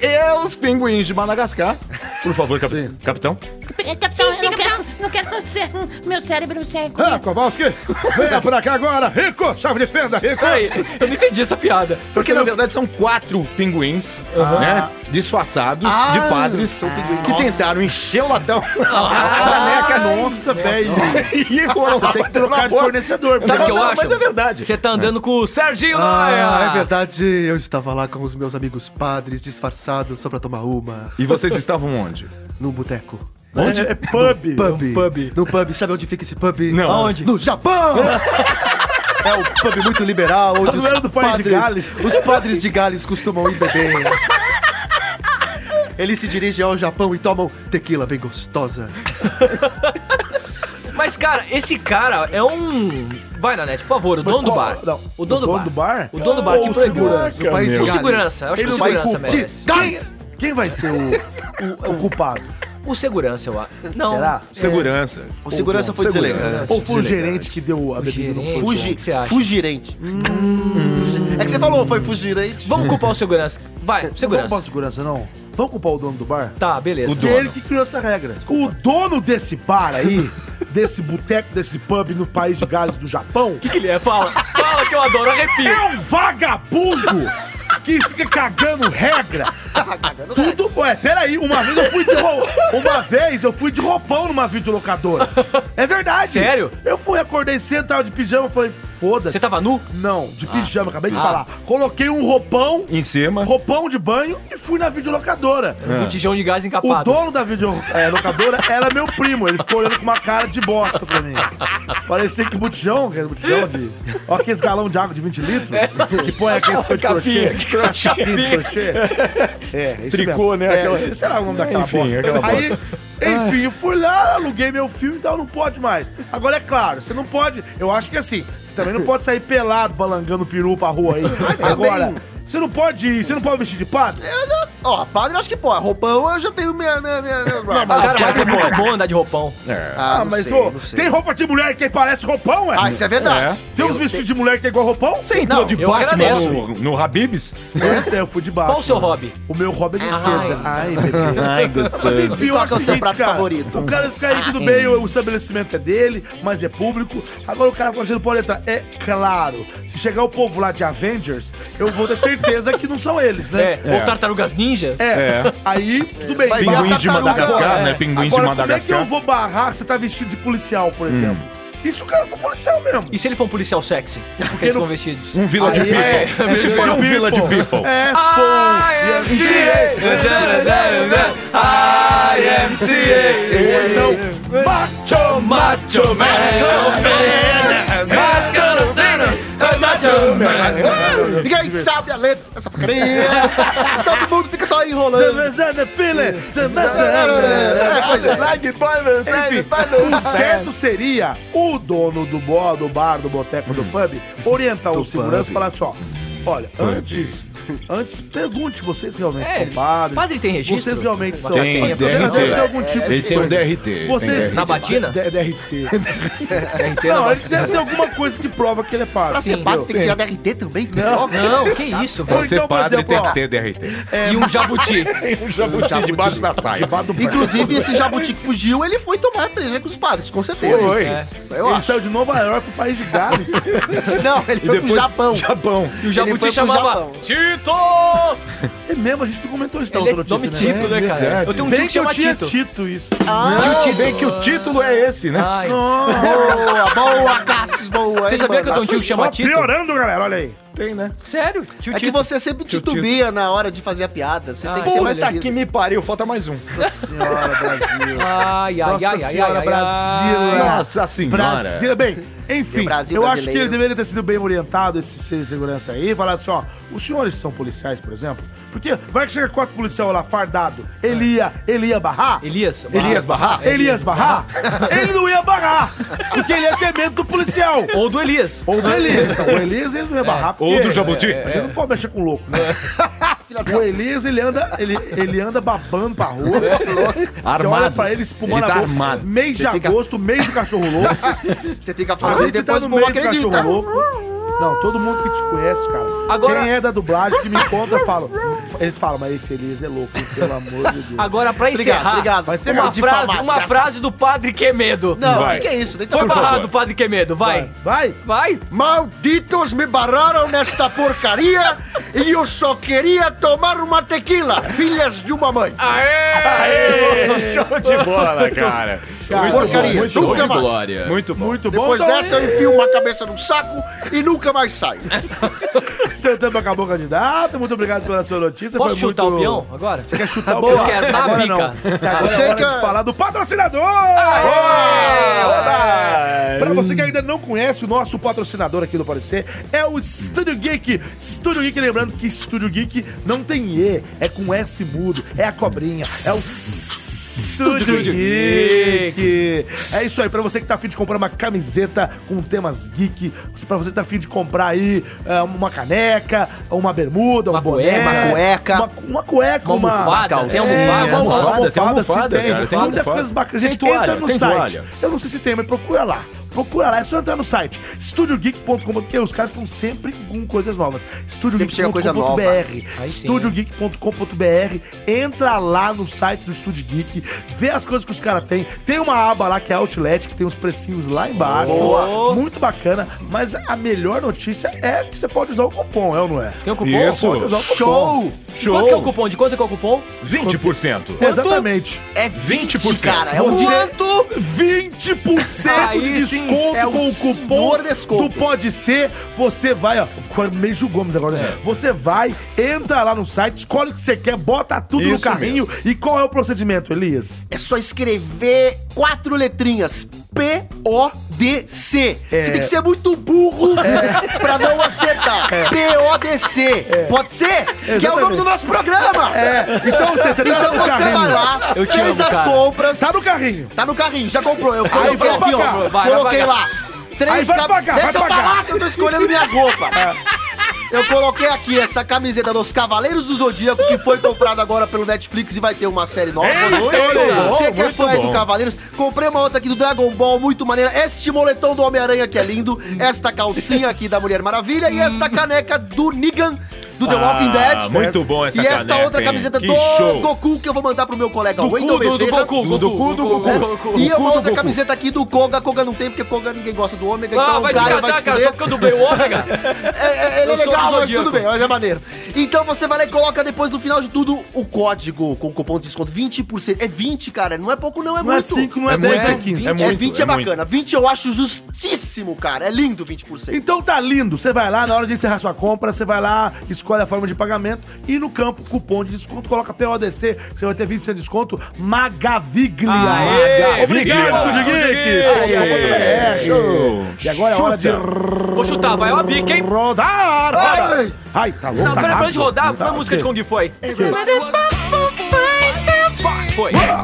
É os pinguins de Madagascar. Por favor, cap- capitão. É, Capitão, eu não quero, não quero ser. Meu cérebro não serve. Ah, Kowalski, venha pra cá agora. Rico, chave de fenda, Rico. Peraí, eu não entendi essa piada. Porque na verdade são quatro pinguins, né? Disfarçados de padres que tentaram encher o latão da caneca É Nossa, velho. e foram lá Ah. Tem que trocar de fornecedor. porque Sabe o que eu Não, acho? mas é verdade. Você tá andando com o Serginho Ah, Noia. é verdade. Eu estava lá com os meus amigos padres, disfarçados, só pra tomar uma, E vocês estavam onde? num boteco. Onde é pub. Pub. Um pub. No pub. Sabe onde fica esse pub? Não. Aonde? No Japão! É um pub muito liberal, onde Não os era do país de padres, Gales? os padres de Gales costumam ir beber. Eles se dirigem ao Japão e tomam tequila bem gostosa. Mas, cara, esse cara é um. Vai, Nanete, por favor, o dono do qual- bar. não. O dono do bar. O O dono do bar Ou que o proibiu. segurança. No país de O Gales. segurança, eu acho que o Ele vai segurança confundir. merece. Gales! Quem vai ser o, o, o culpado? O segurança, eu acho. Não. Será? Segurança. O segurança foi deselegante. Ou foi o gerente que deu a bebida no gerente. fogo? É, O que você acha? Fugirente. É que você falou, foi fugirente. Vamos culpar o segurança. Vai, Não vamos culpar o segurança. segurança, não. Vamos culpar o dono do bar? Tá, beleza. O Que dono. ele que criou essa regra. O dono desse bar aí desse boteco, desse pub no país de Gales do Japão, que, que ele é? Fala. Fala que eu adoro, arrepio. é um vagabundo que fica cagando regra. Tudo bom. É, peraí, uma vez eu fui de roupão. Uma vez eu fui de roupão numa videolocadora. É verdade. Sério? Eu fui, acordei cedo, tava de pijama, falei, foda-se. Você tá- tava nu? Não, de pijama, acabei de falar. Coloquei um roupão, Em cima. roupão de banho e fui na videolocadora. Um tijão de gás É. O encapado. dono da é, videolocadora era meu primo. Ele ficou olhando com uma cara de bosta pra mim. Parecia que botijão, que era botijão de. Ó, aqueles galão de água de 20 litros. Que põe aqueles coisa de crochê. É. Capinha de crochê. É, isso Tricô, mesmo. né? É, Aquela- Será o nome daquela Enfim, bosta? aquela Aí, enfim, eu fui lá, aluguei meu filme e tal, não pode mais. Agora é claro, você não pode. Eu acho que assim, você também não pode sair pelado balangando peru pra rua aí. Agora. Você não pode ir, você não pode vestir de padre? Eu não- Ó, padre eu acho que pode. Roupão eu já tenho minha. minha, minha, minha... Não, Cara, mas é muito bom andar de roupão. Ah, não sei, ô, não sei. tem roupa de mulher que parece roupão, é? Ah, isso é verdade. Tem uns vestidos de mulher que é igual roupão? Sim, não. de eu agradeço. no, Tipo, no Habibs. É, eu fui de baixo. Qual o seu hobby? O meu hobby é Ah, de seda. Ai, bebê. Ai, Mas gostoso. enfim, eu Qual acho que é o seu seguinte, prato cara, favorito? O cara fica aí, tudo bem, o estabelecimento é dele, mas é público. Agora o cara fala, você não pode entrar. É claro, se chegar o povo lá de Avengers, eu vou ter certeza que não são eles, É, né? Ou tartarugas ninjas? É, É. aí tudo bem. Vai Agora- Pinguim de Madagascar, agora- né? Pinguim de agora, como é que eu Madagascar. vou barrar que você tá vestido de policial, por exemplo? E se o cara for policial mesmo? E se ele for um policial sexy? Porque eles não- ficam vestidos. Um Village Aí é. People. É, Se for um Village People. É, foi. Então, macho, macho, É Ninguém sabe a letra dessa porcaria. Todo mundo fica só enrolando. É, man. O certo seria o dono do, bo, do bar, do boteco, do pub, orientar o segurança e falar assim, ó, olha, antes, antes pergunte, vocês realmente É, são padres? padre tem registro? Vocês realmente são... Tem, Tem, tem, tem, tem. algum tipo Ele de tem um coisa. DRT. ele tem Vocês... DRT. Na batina? D- DRT. Não, ele deve ter alguma coisa que prova que ele é padre. Pra ser entendeu? padre tem que tirar DRT também? Que droga. Não, que isso, Ou velho. Pra ser então, por padre exemplo, tem ó, que ter DRT. E um jabuti. Um jabuti debaixo da saia. Inclusive, esse jabuti que fugiu, ele foi tomar prejuízo com os padres, com certeza. Foi. Eu Ele acho. saiu de Nova York pro país de Gales. Não, ele E foi pro depois- Japão. Japão. E o Ele foi jabuti pro chamava Japão. Tito! É mesmo, a gente não comentou isso na Ele é outra nome notícia, né? Tito, né, cara? verdade. Eu tenho um tio Bem que que eu chama tinha Tito. Tito isso. Não, bem que o título é esse, né? Ai, Boa, boa, Cassius, boa. Você hein, sabia que eu mano? tenho um tio que chama Tito? piorando, galera, olha aí. Tem, né? Sério? Tio É que Tito. você sempre titubia na hora de fazer a piada. Você Ah, tem que ser mais Puta que ligeiro. me pariu, falta mais um. Senhora Brasil. Ai, ai, ai, Nossa ai, Senhora ai, Brasila. ai. Nossa senhora. Brasil, bem, enfim, E o Brasil eu acho que ele brasileiro. deveria ter sido bem orientado, esse se- segurança aí, falar assim, ó, os senhores são policiais, por exemplo? Porque vai que chega quatro policial lá, fardado, ele ia, ele ia barrar? Elias. Elias Barrar? Ele ia esbarrar? Ele não ia barrar, porque ele ia ter medo do policial. Ou do Elias. Ou do Elias, o Elias ele não ia barrar. É. Ou porque- do Jabuti? Você não pode mexer com louco, né? o Elias, ele anda, ele, ele anda babando pra rua. Você olha Armado. pra ele espumando Ele tá a boca. armado. Mês de Você fica- agosto, mês do cachorro louco. Você tem que A fazer e gente tá depois no o povo meio do cachorro acredita. louco. Não, todo mundo que te conhece, cara. Agora- Quem é da dublagem que me encontra, fala. Eles falam, mas esse Elias é louco, hein? pelo amor de Deus. Agora, pra Obrigado, encerrar, obrigado. Vai ser Obrigado, uma, frase, É difamado, uma graças- frase do Padre Quemedo. Não, o Vai. que, que é isso? Deita Foi pra baixo. barrado, Padre Quemedo, vai. Vai? Vai. Malditos me barraram nesta porcaria e eu só queria tomar uma tequila, filhas de uma Ah, mãe. Show de bola, cara. Cara, porcaria, muito bom. nunca mais. Muito bom. Muito bom. Depois então, dessa eu enfio uma cabeça num saco e nunca mais saio. Seu tempo acabou, candidato. Muito obrigado pela sua notícia. Posso Foi chutar muito... o peão agora? Quer chutar o Boa. peão? Eu quero, na Agora bica. não. Agora Você é hora quer- de falar do patrocinador! Pra você que ainda não conhece, o nosso patrocinador aqui do Parecer é o Studio Geek. Studio Geek, lembrando que Studio Geek não tem E, é com S mudo, é a cobrinha, é o Studio Geek. É isso aí, pra você que tá afim de comprar uma camiseta com temas geek, pra você que tá afim de comprar aí é, uma caneca, uma bermuda, um Uma boné, cueca. Uma cueca. uma, uma cueca, Uma almofada, calça. tem almofada, É, uma almofada, almofada, tem almofada, sim, tem. cara, tem Tem muitas almofada. coisas bacanas. Gente, Tem toalha, entra no tem site. toalha. Eu não sei se tem, mas procura lá. Procura lá, é só entrar no site estudiogeek.com, porque os caras estão sempre com coisas novas. Sempre chega coisa nova. estudiogeek.com.br, Aí sim, estudiogeek.com.br, entra lá no site do Estúdio Geek, vê as coisas que os caras têm. Tem uma aba lá que é Outlet, que tem uns precinhos lá embaixo. Boa. Muito bacana, mas a melhor notícia é que você pode usar o cupom, é ou não é? Tem um cupom? Isso. Pode usar o cupom. Show! De Quanto que é o cupom? De quanto que é o cupom? 20%. Exatamente. É 20, 20%. cara. É um Você- dia- 20% de Aí sim, desconto é o com o cupom senhor desconto. do Pode Ser. Você vai, ó, meio Gomes agora, né? É. Você vai, entra lá no site, escolhe o que você quer, bota tudo no Isso carrinho. E qual é o procedimento, Elias? É só escrever quatro letrinhas. P-O-D-C. Você É. tem que ser muito burro pra não acertar. É. P-O-D-C. Pode ser? Que é o nome do nosso programa. É. Então você, você tá Então no você vai carrinho. lá, Eu te fez amo, as cara. compras. Tá no carrinho. Tá no carrinho, já comprou. Eu Aí coloquei vai aqui, ó. pagar. Vai, coloquei vai lá. Aí Três vai cam- pagar, Deixa vai eu pagar. falar que eu tô escolhendo minhas roupas. Eu coloquei aqui essa camiseta dos Cavaleiros do Zodíaco, que foi comprada agora pelo Netflix e vai ter uma série nova. bom, Você que é muito fã aí do bom. Cavaleiros, comprei uma outra aqui do Dragon Ball, muito maneira. Este moletom do Homem-Aranha que é lindo, esta calcinha aqui da Mulher Maravilha e esta caneca do Negan. Do The Ah, Walking Dead. muito bom essa E esta caneca, outra hein? camiseta Que do show. Goku que eu vou mandar pro meu colega Do cu, do, do Bezerra. Goku, do cu, do Goku. Né? E Goku, uma do outra Goku. camiseta aqui do Koga. Koga não tem, porque Koga ninguém gosta do ômega, Ah, então vai o te cara vai catar, se cara, só fuder. porque eu dublei o ômega. É, é, ele é Eu sou do legal, mas Zodíaco. tudo bem, mas é maneiro. Então você vai lá e coloca depois no final de tudo o código com cupom de desconto. 20%. É 20, cara. Não é pouco, não, é Não é muito. 5, não é É 10, muito, é 15. 20, É é, muito, 20 é é bacana. 20 eu acho justíssimo, cara. É lindo 20%. Então tá lindo. Você vai lá, na hora de encerrar sua compra, você vai lá, escolhe a forma de pagamento e no campo, cupom de desconto, coloca PODC, você vai ter 20% de desconto. Magaviglia. Aê, Maga- Obrigado, Magaviglia. Estúdio Estúdio Geeks! Show. E agora é hora de Vou chutar, vai, ó a bica, hein? rodar! Ai. Ai, tá louco, Não, tá pera, pra rápido. gente rodar, Tá, põe a música de ok. Kung Fu aí. Foi. Tá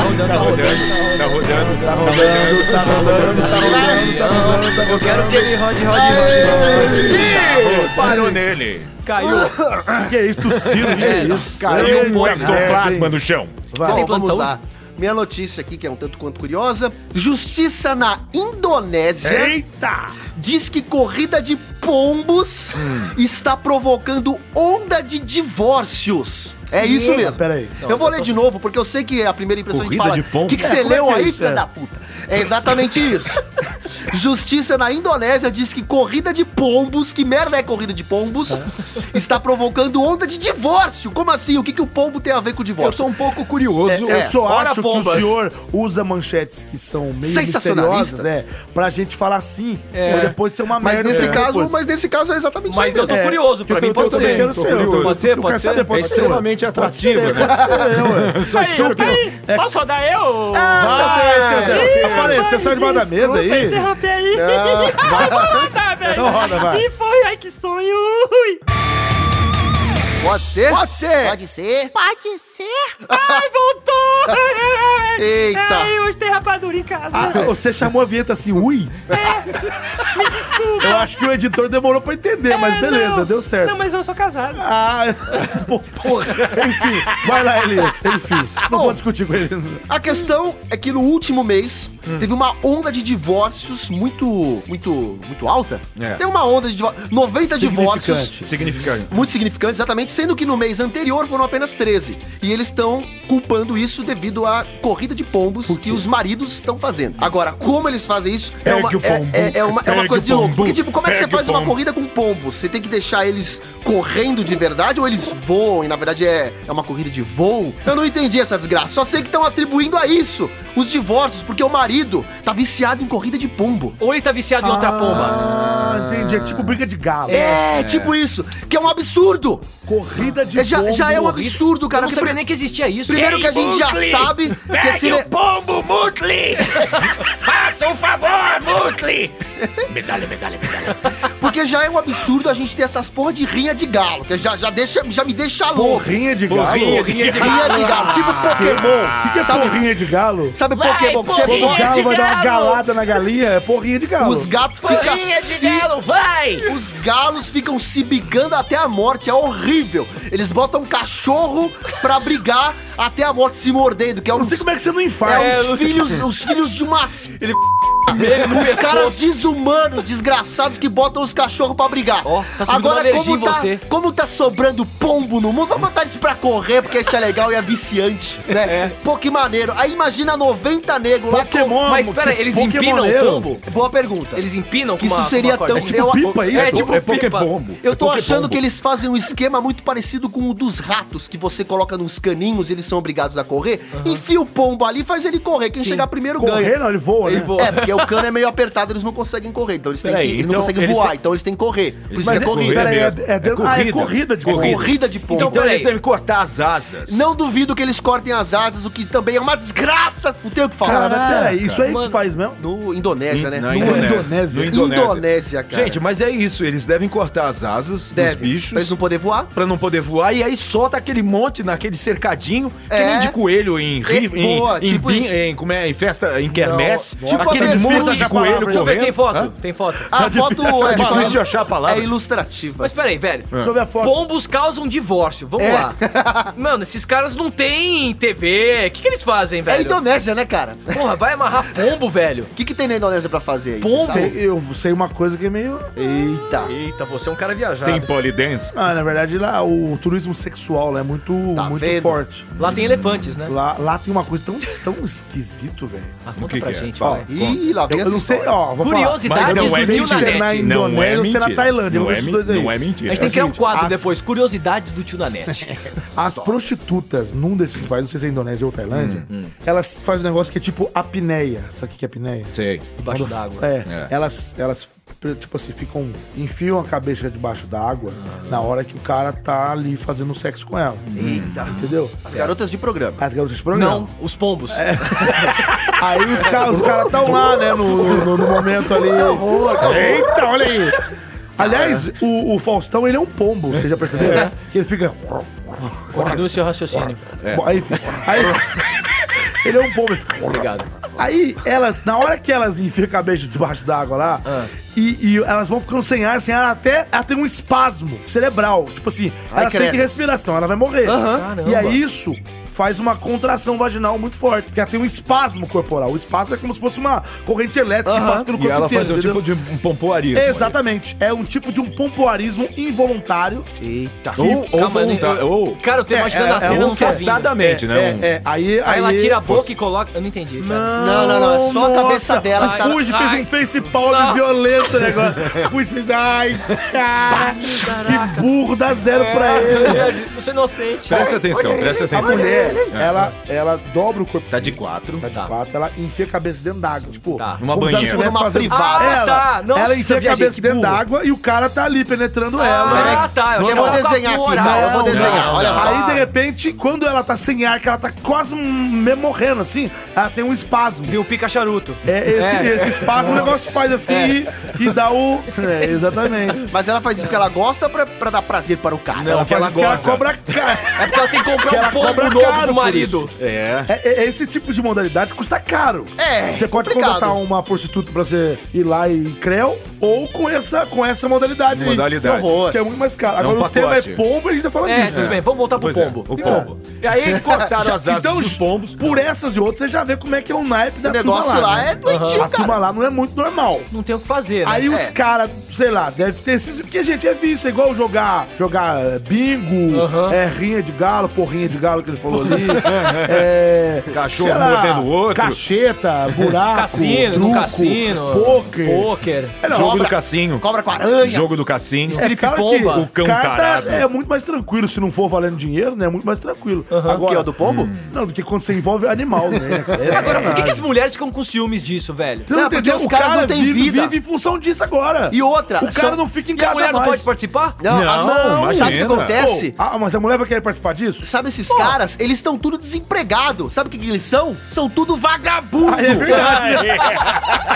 rodando, tá rodando, tá rodando. Tá rodando, Então, tá rodando, tá rodando, tá é, Eu quero que ele rode, rode, rode. Ih, Parou nele. Caiu. rodando. Que isso, Ciro? Que É, isso? cara, Eita, eu ponho merda, hein? Ectoplasma no chão. Vai. Bom, tem plano de vamos lá. saúde? Minha notícia aqui, que é um tanto quanto curiosa. Justiça na Indonésia. É. Eita! diz que corrida de pombos Hum. está provocando onda de divórcios. É isso mesmo. Pera aí. eu vou ler de novo, porque eu sei que é a primeira impressão Corrida a gente fala. de pombo? O que, que É, você como é leu que é aí, isso? filha É. da puta? É exatamente isso. Justiça na Indonésia diz que corrida de pombos, que merda é corrida de pombos, está provocando onda de divórcio. Como assim? O que, que o pombo tem a ver com o divórcio? um pouco curioso. Eu É, só ora acho pombas. que o senhor usa manchetes que são meio sensacionalistas, Sensacionalistas. né? Pra gente falar assim, É. pra depois ser uma Mas merda. nesse, né, caso, depois. mas nesse caso é exatamente Mas eu isso. tô mesmo. É, curioso, pra que eu mim tô- eu pode também ser. quero ser, eu tô- Pode ser, eu quero pode saber, ser. pode É extremamente atrativo, né? Pode ser, ué. Super- Posso rodar eu? Ah, é. seu Deus, seu Ih, Deus. Apareceu, rapaz, saiu debaixo da mesa desculpa aí. interromper aí. Vou rodar, velho. Então roda, vai. E foi, ai que sonho. Ui. Pode ser? Pode ser. Pode ser? Pode ser? Ai, voltou. Ai, Eita. Ai, hoje tem rapadura em casa. Ah, você chamou a vinheta assim, ui? Me desculpa. Eu acho que o editor demorou pra entender, mas É, beleza, não. deu certo. Não, mas eu sou casado. Ah, porra. Enfim, vai lá, Elias. Enfim, não Bom. vou discutir com ele. A questão é que no último mês teve uma onda de divórcios muito, muito, muito alta. É. Tem uma onda de divórcios, 90 divórcios. Significante. Significante. Muito significante, exatamente, sendo que no mês anterior foram apenas 13. E eles estão culpando isso devido à corrida de pombos que os maridos estão fazendo. Agora, como eles fazem isso é Ergue uma, o pombo. é, é- é uma, é uma Ergue coisa o de louco. pombo. Porque, tipo, como é que você Ergue o faz uma pombo. corrida com pombos? Você tem que deixar eles correndo de verdade ou eles voam? E na verdade é, é uma corrida de voo? Eu não entendi essa desgraça. Só sei que estão atribuindo a isso os divórcios, porque o marido tá viciado em corrida de pombo. Ou ele tá viciado em outra pomba. Ah, entendi. É tipo briga de galo. É, tipo isso, que é um absurdo. Corrida de É, já, já é um pombo. absurdo, Eu cara. não que sabia pre- nem que existia isso. Primeiro Ei, que a gente já sabe que esse ne- pombo, Mutli! Faça um favor, Mutli! Medalha, medalha, medalha. porque já é um absurdo a gente ter essas porra de rinha de galo, que já já deixa já me deixa louco. Porrinha de galo. Porrinha de Rinha de galo, tipo Ah. Pokémon. O que, que é sabe, porrinha de galo? sabe Pokémon que você Quando o bota galo vai dar uma galada na galinha, é porrinha de galo. os gatos ficam Bolinha de se... galo, vai! os galos ficam se bicando até a morte, é horrível. horrível. Eles botam um cachorro pra brigar até a morte se mordendo, que é um Não sei como é que você não infarta. é, É, os não sei. filhos, os filhos de umas. Ele no Os um pescoço. caras desumanos, desgraçados que botam os cachorros pra brigar. Ó, tá subindo uma Agora, energia como em tá, você. como tá sobrando pombo no mundo, vamos botar eles pra correr, porque isso é legal e é viciante, É. né? Pô, que maneiro. Aí imagina 90 negros lá. com- Pokémon. Mas pera, eles empinam o Pokémoneiro. pombo? Boa pergunta. Eles empinam com é Isso uma- seria uma corda? tão- É tipo- Eu- Pipa isso? É tipo é pipa. Pokébombo. Eu tô achando que eles fazem um esquema muito parecido com o dos ratos, que você coloca nos caninhos e eles são obrigados a correr. Enfia o pombo ali e faz ele correr. Quem chegar primeiro Correr ganha. não, ele voa, Ele né? voa. É, porque o cano é meio apertado, eles não conseguem correr. Então eles têm Peraí, que. Eles não então conseguem eles voar, têm- então eles têm que correr. Por Mas isso que é é- corrida. peraí, é- mesmo. é dentro- ah, é corrida de Corrida, de pombo. Então, Peraí. eles devem cortar as asas. Não duvido que eles cortem as asas, o que também é uma desgraça. Não tem o que falar. né? Cara, mas peraí, isso aí Mano. que faz mesmo? No Indonésia, né? Hum, Na No- Indonésia. No Indonésia. Indonésia, cara. Gente, mas é isso. Eles devem cortar as asas Deve, dos Pra eles bichos Tá não poderem voar. pra não poder voar. E aí solta aquele monte naquele cercadinho. É. Que nem de coelho em... ri- em, boa, em, tipo bin- isso. em, como é, em festa, em quermesse. Tipo a aquele festa monte da de coelho palavra. Deixa correndo. Deixa eu ver, tem foto, Hã? tem foto. A foto é, difícil só- de achar a palavra. é ilustrativa. Mas peraí, velho. Deixa eu ver a foto. Pombos causam divórcio, vamos É. lá. Mano, esses caras não têm TV. O que, que eles fazem, É velho? Indonésia, né, cara? Porra, vai amarrar pombo, velho. O que, que tem na Indonésia pra fazer aí? cê Pombo? sabe? Tem- Eu sei uma coisa que é meio. Eita. Eita, você é um cara viajado. Tem polidense. Ah, na verdade, lá o turismo sexual lá é muito, Tá muito vendo? forte. Lá tem elefantes, né? Lá, lá tem uma coisa tão, tão esquisito, velho. Ah, O conta que pra que é? gente, Ó, vai. Ih, lá vem Eu, eu não as sei, histórias. ó, vou Curiosidades falar. Mas eu de sei tio que se na é net. na Não é Indonésia ou se é na mentira. Tailândia. Não Vamos é ver esses dois mentira. aí. Não é mentira. A gente tem que criar um seguinte, quadro as- depois, curiosidades do tio na net. As prostitutas, num desses países, não sei se é Indonésia ou Tailândia, Hum, elas fazem um negócio que é tipo apneia. Sabe o que é apneia? Sei. Debaixo Quando- d'água. É, É. Elas, elas, tipo assim, ficam. Enfiam a cabeça debaixo d'água Ah. na hora que o cara tá ali fazendo sexo com ela. Eita. Entendeu? As garotas de programa. As garotas de programa. Hum. Não, os pombos. É. Aí os caras estão tão lá, né, no, no, no momento ali. Eita, olha aí. Aliás, o, o Faustão, ele é um pombo, você já percebeu? É. né? Que ele fica... Continua o seu raciocínio. Bom, Aí, fica- aí- ele é um pombo, ele fica... Obrigado. Aí elas, na hora que elas enfiam a cabeça debaixo d'água lá, Ah. e, e elas vão ficando sem ar, sem ar, até ela tem um espasmo cerebral. Tipo assim, ela tem credo. que respirar, senão ela vai morrer. Aham. E Caramba. aí isso faz uma contração vaginal muito forte, porque ela tem um espasmo corporal. O espasmo é como se fosse uma corrente elétrica que passa pelo E corpo ela inteiro. faz um entendeu? tipo de um pompoarismo. ali. Exatamente. É um tipo de um pompoarismo involuntário. Eita. Ou, ou Calma, eu nem- voluntar- eu- ou Cara, eu tô imaginando a cena, eu não tô vindo. forçadamente, né? Um- É, é, um aí, Aí ela tira a boca e coloca... Eu não entendi, cara. Não, não, não, é só a cabeça dela que Ai, tá- Fuji Ai. fez um face palm Não. violento negócio. Fuji fez. Ai, cara. Que burro, dá zero pra ele. Você é inocente. Presta atenção, presta A atenção. mulher, ela, ela dobra o corpo. Tá de quatro. Tá de Tá. quatro, ela enfia a cabeça dentro d'água. Tipo, Tá. Numa como se ela banheira. tivesse Numa fazendo- privada. Ela, Ah, tá. Nossa, ela enfia a viajei, cabeça que dentro burro. d'água e o cara tá ali penetrando ela. Ah, tá. achei Eu vou que ela tava desenhar com aqui, oral. não, eu vou desenhar, olha só. Aí, de repente, quando ela tá sem ar, que ela tá quase mesmo morrendo, assim, ela tem um espasmo. Tem o pica charuto. É, esse, esse espasmo o negócio faz assim e, e dá o. É, exatamente. Mas ela faz isso porque ela gosta ou pra, pra dar prazer para o cara? Não, Ela porque faz ela É, o que ela gosta. cobra caro. É porque ela tem que Que comprar ela um pombo cobra novo caro pro por marido. É. É, é- esse tipo de modalidade custa caro. É, Você pode complicado. contratar uma prostituta pra você ir lá e creu, ou com essa, com essa modalidade. aí, Modalidade. Que horror. Que é muito mais caro. um Agora o tema é pacote. pombo e a gente tá falando É, disso. tudo bem. Vamos voltar pro Pois é, pombo. o pombo. E aí cortaram as asas Então, dos pombos. Por essas e outras, você já vê como é que é o naipe da O negócio turma lá, né? é doentio, A turma cara. lá não é muito normal. Não tem o que fazer, né? Aí os É. caras, sei lá, deve ter sido. Porque, gente, é vício, é igual jogar, jogar eh, bingo, Aham. é, rinha de galo, porrinha de galo que ele falou ali. é, Cachorro sei lá, mordendo o outro. Cacheta, buraco. Cassino, truco, no cassino. Poker. Pôquer. É, não, Jogo obra- do cassinho. Cobra com aranha. Jogo do cassinho. é claro que pomba. o O cão tarado. carta é muito mais tranquilo se não for valendo dinheiro, né? É muito mais tranquilo. hum, O que é o do pombo? Não, do que quando você envolve animal, né? cara? É Agora, por que, que as sacanagem. mulheres ficam com ciúmes disso, velho? Você não, Não, porque entendeu? os O caras cara não têm vive, vida. vive em função disso agora. E outra, O cara são- não fica em E a casa mulher não mais. pode participar? Não, Não, as- sabe o que imagina. acontece? Pô, ah, mas a mulher vai querer participar disso? Sabe esses caras? Eles estão tudo desempregado. Sabe o que, que eles são? São tudo vagabundo. Ah, é verdade.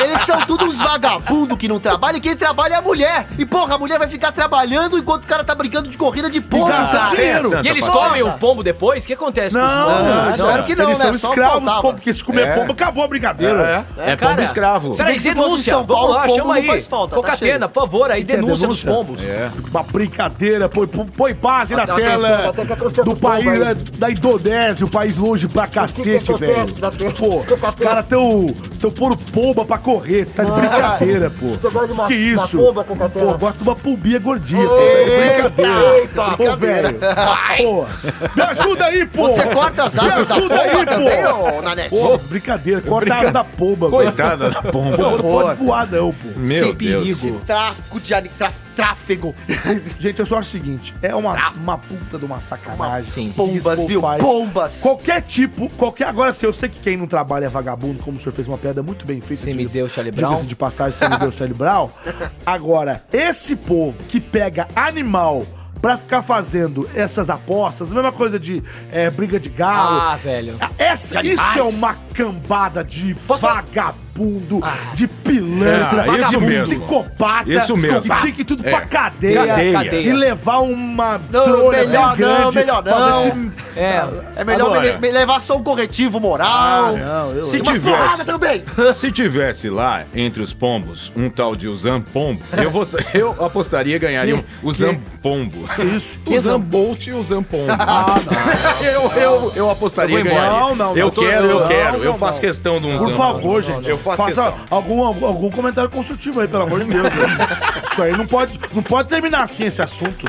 Eles são tudo uns vagabundo que não trabalha e quem trabalha é a mulher. E porra, a mulher vai ficar trabalhando enquanto o cara tá brincando de corrida de pombo, gasta cara. dinheiro. E eles comem o pombo depois? O que acontece com os Não, pombos? não, espero que não, Eles né? são Só escravos, faltava. pombo, porque se comer É. pombo, acabou a brincadeira. É, cara. pombo escravo. Se bem Peraí, que se fosse em denúncia, São Paulo, vamos lá, pombo chama não aí. faz falta, tá Concatena, cheio. por favor, aí denúncia dos denúncia? pombos. É. Uma brincadeira, põe, põe- põe paz na Atenção, tela atenção, do país né, da Indonésia, o país longe pra cacete, acontece, velho. atenção. Pô, os caras tão, tão pondo pomba pra correr, tá de brincadeira, pô. Ah, Você gosta de uma- que da isso? pomba, Concatena? Pô, gosto de uma pombinha gordinha, pô. É brincadeira. Ô, velho. Pô, me ajuda aí, pô. Você corta as Me asas da ajuda aí, pomba também, pô. ô Nanete? Pô, brincadeira, corta a asa da pomba, velho. Coitada da Pô, pomba. não pode voar, não, pô. Meu Deus. Esse tráfico de ani- traf- tráfego. Gente, eu só acho o seguinte: é uma, uma puta de uma sacanagem. Sim. que esse Pombas, povo viu? faz. Pombas. Qualquer tipo, qualquer. Agora, se eu sei que quem não trabalha é vagabundo, como o senhor fez uma piada muito bem feita. Você me diga-se- deu, Charlie diga-se Brown. de passagem, você me deu, Charlie Brown. Agora, esse povo que pega animal. Pra ficar fazendo essas apostas, a mesma coisa de é, briga de galo. Ah, velho. Essa, isso é uma cambada de Posso- vagabundo, de pilantra, É, isso de mesmo. psicopata, Isso mesmo. que tinha que ir tudo É. pra cadeia, Cadeia. e levar uma Não, trolha melhor bem não, grande. melhor pra não. ver É. É melhor Agora. me- me levar só um corretivo moral. não, eu- Se Umas porradas tivesse, também. se tivesse lá entre os pombos um tal de Usain Pombo, eu, vou, eu apostaria e ganharia um Usain Pombo. se- Isso. Usain Bolt e Usain Pombo. Eu, eu, eu apostaria Eu e vou embora. ganharia. Não, não, não. eu Eu tô- quero, eu não, quero. não, eu não. faço questão de um Por Usain favor, Pombo. gente, Eu faço faça questão. algum, algum comentário construtivo aí, pelo amor de Deus. gente. Isso aí não pode, não pode terminar assim esse assunto.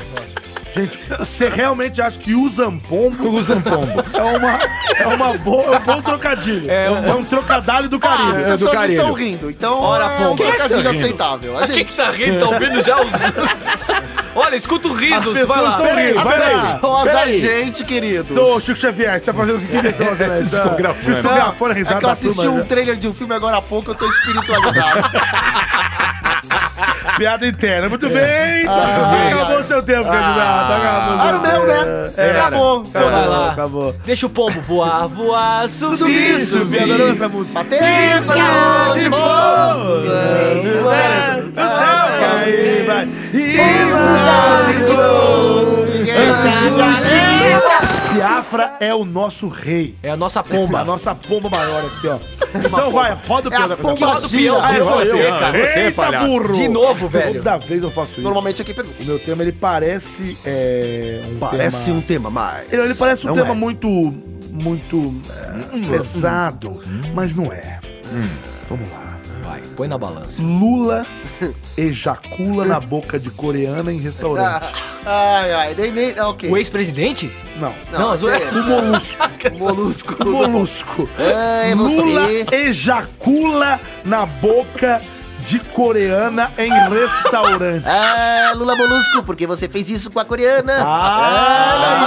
Gente, você realmente acha que o Zampombo Usain um Pombo. é uma, é uma boa, é um bom trocadilho? É um, trocadalho É do Ah, carinho. as do pessoas carinho. estão rindo, então Ora, é um pomba. trocadilho aceitável. Ah, A Quem gente... que tá rindo? Tá ouvindo já os... Olha, escuta o riso, pessoas vai lá. tão rindo. As Vai lá. pessoas, a Peraí. gente, queridos. Seu Chico Xavier, você tá fazendo o que que você tá fazendo aí? Discografando. Discografando a É risada que eu da assisti turma. um né? trailer de um filme agora há pouco, eu tô espiritualizado. Piada interna. É. Muito bem. Ah, acabou o seu tempo, candidato. Acabou o seu Era o meu, né? É, Acabou. Vai Foda-se. lá. Acabou. Deixa o pombo voar, voar, subir, Subir, subir. subir. Adorou essa música. Bateu. De boa. É. Sério. Eu sei. Vai, vai. E de Piafra é o nosso rei. É a nossa pomba. A nossa pomba maior aqui, ó. Então vai, roda o É a piada. pomba Que roda o peão, Ah, é só você, eu. cara. Você é Eita, palhaço. burro. De novo, velho. Toda vez eu faço isso. Normalmente aqui pergunta. O meu tema, ele parece é, um tema... tema mais. Ele, ele parece um Não tema é. muito, muito é, pesado, mas não é. Vamos lá. Vai, põe na balança. Lula ejacula na boca de coreana em restaurante. Ah, Ai, ai, nem, nem, ok. O ex-presidente? Não. não, zoeira. você- é O molusco. Molusco. O molusco. É Ai, Lula você. ejacula na boca de coreana em restaurante. Ah, Lula Molusco, porque você fez isso com a coreana. Ah, não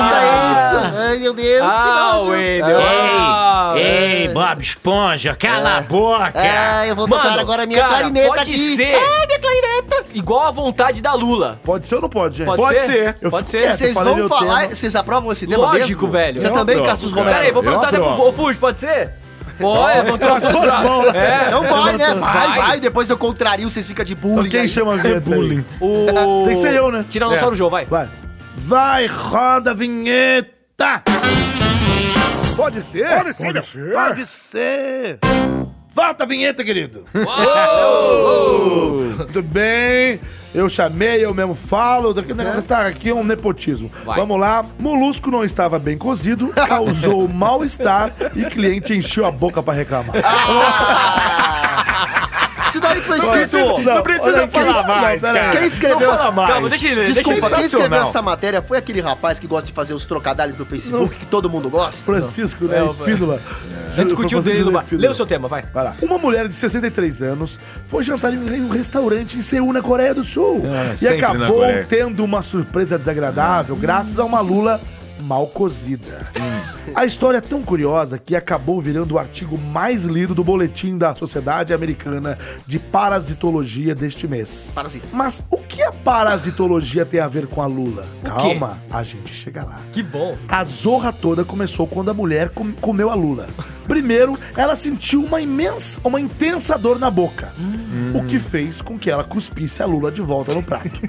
faça isso. Ai, meu Deus, que Ah, nojo. Wade. Ei, É. ei, Bob Esponja, cala a boca. Ah, eu vou Mano, tocar agora minha cara, clarineta pode aqui. Ah, ser. Ai, minha clarineta. Igual a vontade da Lula. Pode ser ou não pode, gente? Pode, ser? É, Eu Pode fico ser. quieto. Vocês falei vão meu falar, tema. vocês aprovam esse tema Lógico, mesmo? velho. Você Eu também, aprovo, Cassius cara. Romero? Pera aí, vou Eu perguntar até pro aprovo. Ô, Fuji, pode ser? Pode, é, vou perguntar pros braços. É. Não vai, né? Vai, Vai. vai, Depois eu contrario, vocês ficam de Então bullying. quem aí. chama a vinheta aí? O... Tem que ser eu, né? É. Tiranossauro Joe, um vai. Vai. Vai, roda a vinheta! Pode ser? Pode ser. Pode ser. Volta a vinheta, querido. Muito bem. Eu chamei, eu mesmo falo. Daqui negócio está aqui é um nepotismo. Vai. Vamos lá. Molusco não estava bem cozido, causou mal-estar e cliente encheu a boca para reclamar. Isso daí foi precisa- escrito. não precisa olha aqui, falar não, mais, peraí. cara. Quem escreveu Não fala essa mais. Calma, deixa ele... deixa ele Desculpa, falar. quem escreveu Sensacional. essa matéria foi aquele rapaz que gosta de fazer os trocadalhos do Facebook que todo mundo gosta? Francisco, né? Espíndola. A gente discutiu o dele do bar. Espíndola. Lê o seu tema, vai. Vai lá. Uma mulher de 63 anos foi jantar em um restaurante em Seul, na Coreia do Sul. Ah, e sempre na acabou Coreia. Hum. tendo uma surpresa desagradável graças a uma lula mal cozida. Hum. A história é tão curiosa que acabou virando o artigo mais lido do boletim da Sociedade Americana de Parasitologia deste mês. Parasita. Mas o que a parasitologia tem a ver com a lula? Calma, a gente chega lá. Que bom. A zorra toda começou quando a mulher com- comeu a lula. Primeiro, ela sentiu uma imensa, uma intensa dor na boca. o que fez com que ela cuspisse a lula de volta no prato.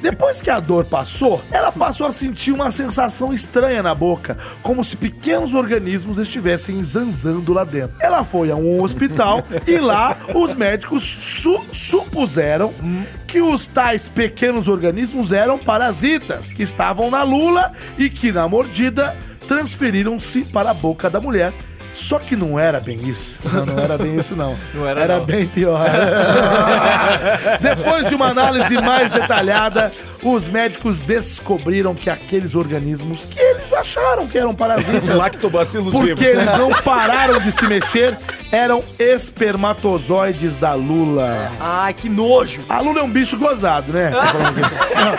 Depois que a dor passou, ela passou a sentir uma sensação estranha na boca, como se pequenos organismos estivessem zanzando lá dentro. Ela foi a um hospital e lá os médicos su- supuseram que os tais pequenos organismos eram parasitas que estavam na lula e que na mordida transferiram-se para a boca da mulher. Só que não era bem isso. Não, não era bem isso, não. Não era, Era não. bem pior. Depois de uma análise mais detalhada, os médicos descobriram que aqueles organismos que eles acharam que eram parasitas, Um Lactobacilos porque vivos. eles não pararam de se mexer, eram espermatozoides da lula. Ai, que nojo. A lula é um bicho gozado, né? Tá falando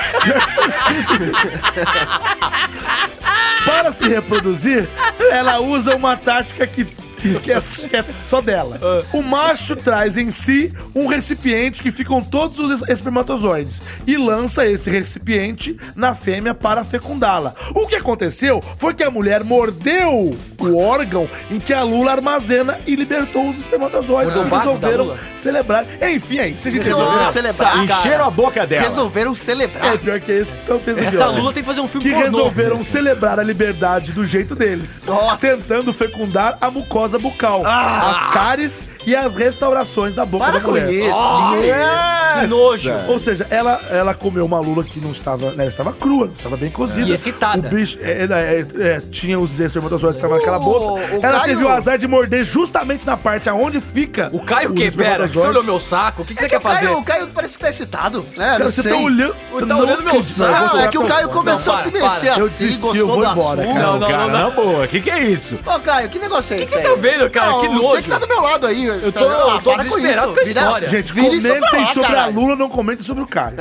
aqui. Para se reproduzir, ela usa uma tática que, que, que é, que é só dela. Ah. O macho traz em si um recipiente que ficam todos os es- espermatozoides e lança esse recipiente na fêmea para fecundá-la. O que aconteceu foi que a mulher mordeu o órgão em que a lula armazena e libertou os espermatozoides. Mordeu o Eles barco da resolveram lula? celebrar. Enfim, aí, vocês entenderam. Resolveram celebrar, cara. Encheram a boca dela. Resolveram É, celebrar. pior que esse que tá o peso Essa É. pior, né? Lula tem que fazer um filme Que pornô. resolveram celebrar a liberdade do jeito deles, Nossa. tentando fecundar a mucosa bucal, Ah. as cáries e as restaurações da boca Para da com mulher. isso. Nossa! Que nojo. Ou seja, ela, ela comeu uma lula que não estava. Né, ela estava crua, não estava bem cozida. E excitada. O bicho é, é, é, é, tinha os espermatozoides que estavam naquela O- bolsa. o ela Caio- teve o azar de morder justamente na parte aonde fica. O Caio os que espera? Você espermatozoides. olhou meu saco? O que, que você É que quer o Caio- fazer? O Caio parece que tá excitado, né? Cara, Não você sei. tá olhando. Tá Não olhando meu acredito, eu vou Ah, é colocar que o pra Caio fora. começou Não, a se para, mexer Eu assim, desisti, eu gostou vou do embora, assunto. Não, não, Cara, não, na boa, o que, que é isso? Ô, Caio, que negócio é que esse? você aí? tá vendo, cara? Que Você nojo. que tá do meu lado aí. Ah, Eu tô- eu tô desesperado com a história. Gente, Vira isso pra comentem lá, sobre a caralho. Lula, não comentem sobre o Caio.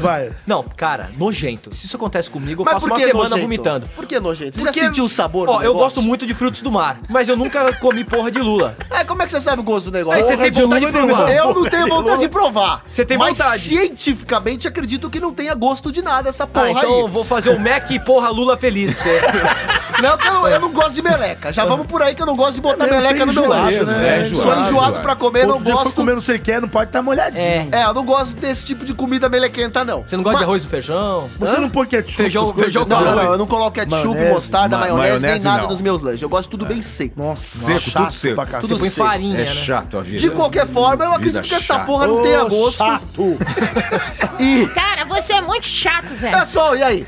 Vai. Não, cara, nojento. Se isso acontece comigo, eu Mas passo por uma que semana nojento? vomitando. Por que nojento? Você Porque- já sentiu o sabor Ó, do eu negócio? gosto muito de frutos do mar, mas eu nunca comi porra de lula. É, como é que você sabe o gosto do negócio? Aí você tem de vontade de lula nenhuma. provar. Eu não tenho vontade de provar. Você tem mas vontade. cientificamente acredito que não tenha gosto de nada essa porra Ah, então eu aí. vou fazer o Mac e porra Lula feliz pra você. Não, que eu não, eu não gosto de meleca. Já vamos por aí que eu não gosto de botar É meio meleca no sem meu lanche. enjoado, né? É, Sou enjoado, enjoado, enjoado. pra comer, não Outro dia foi gosto... comer não sei o que, não pode estar molhadinho. É. É, eu não gosto desse tipo de comida melequenta, não. Você não gosta de arroz do feijão? Você não põe ketchup, Feijão- essas coisas? feijão com Não, não, arroz. não, eu não coloco ketchup, Maionese. mostarda, Ma- maionese, maionese, nem nada não. nos meus lanches. Eu gosto tudo bem seco. Nossa, Seco, tudo chato seco. pra Você cacete. Tudo põe seco. farinha, É né? chato a vida. De qualquer forma, eu acredito que essa chata. porra não tenha Ô, gosto. Chato. E. Cara, você é muito chato, velho. Pessoal, e aí?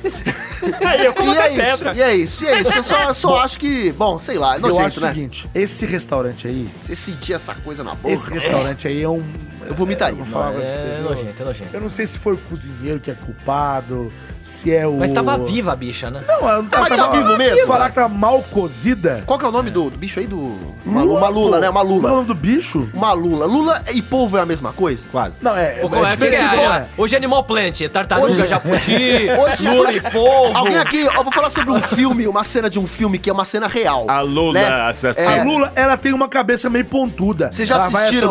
Aí eu E coloquei é isso, pedra. e é isso, e é isso. Eu só, eu só acho que, bom, sei lá, é Eu nojento, acho o né? seguinte, esse restaurante aí, Você sentir essa coisa na boca. esse restaurante aí é um... Eu vomitaria. Eu vou falar pra É vocês, viu? nojento, é nojento. Eu não sei se foi o cozinheiro que é culpado, se é o... Mas tava viva a bicha, né? Não, ela não tava, Mas tá vivo mesmo? Falar que tá mal cozida... Qual que é o nome do, do bicho aí? Do. Uma, uma lula, pô. né? Uma Qual é o lula. nome do bicho? Uma lula. Lula e polvo é a mesma coisa? Quase. Não, é... O qual é, que é, diferente, não é? é, hoje é Animal Planet, é tartaruga, Hoje- jabuti, Hoje- lula e polvo. Alguém aqui, eu vou falar sobre um filme, uma cena de um filme que é uma cena real. A Lula né? assassina. A É. Lula, ela tem uma cabeça meio pontuda. Vocês já Ela vai essa-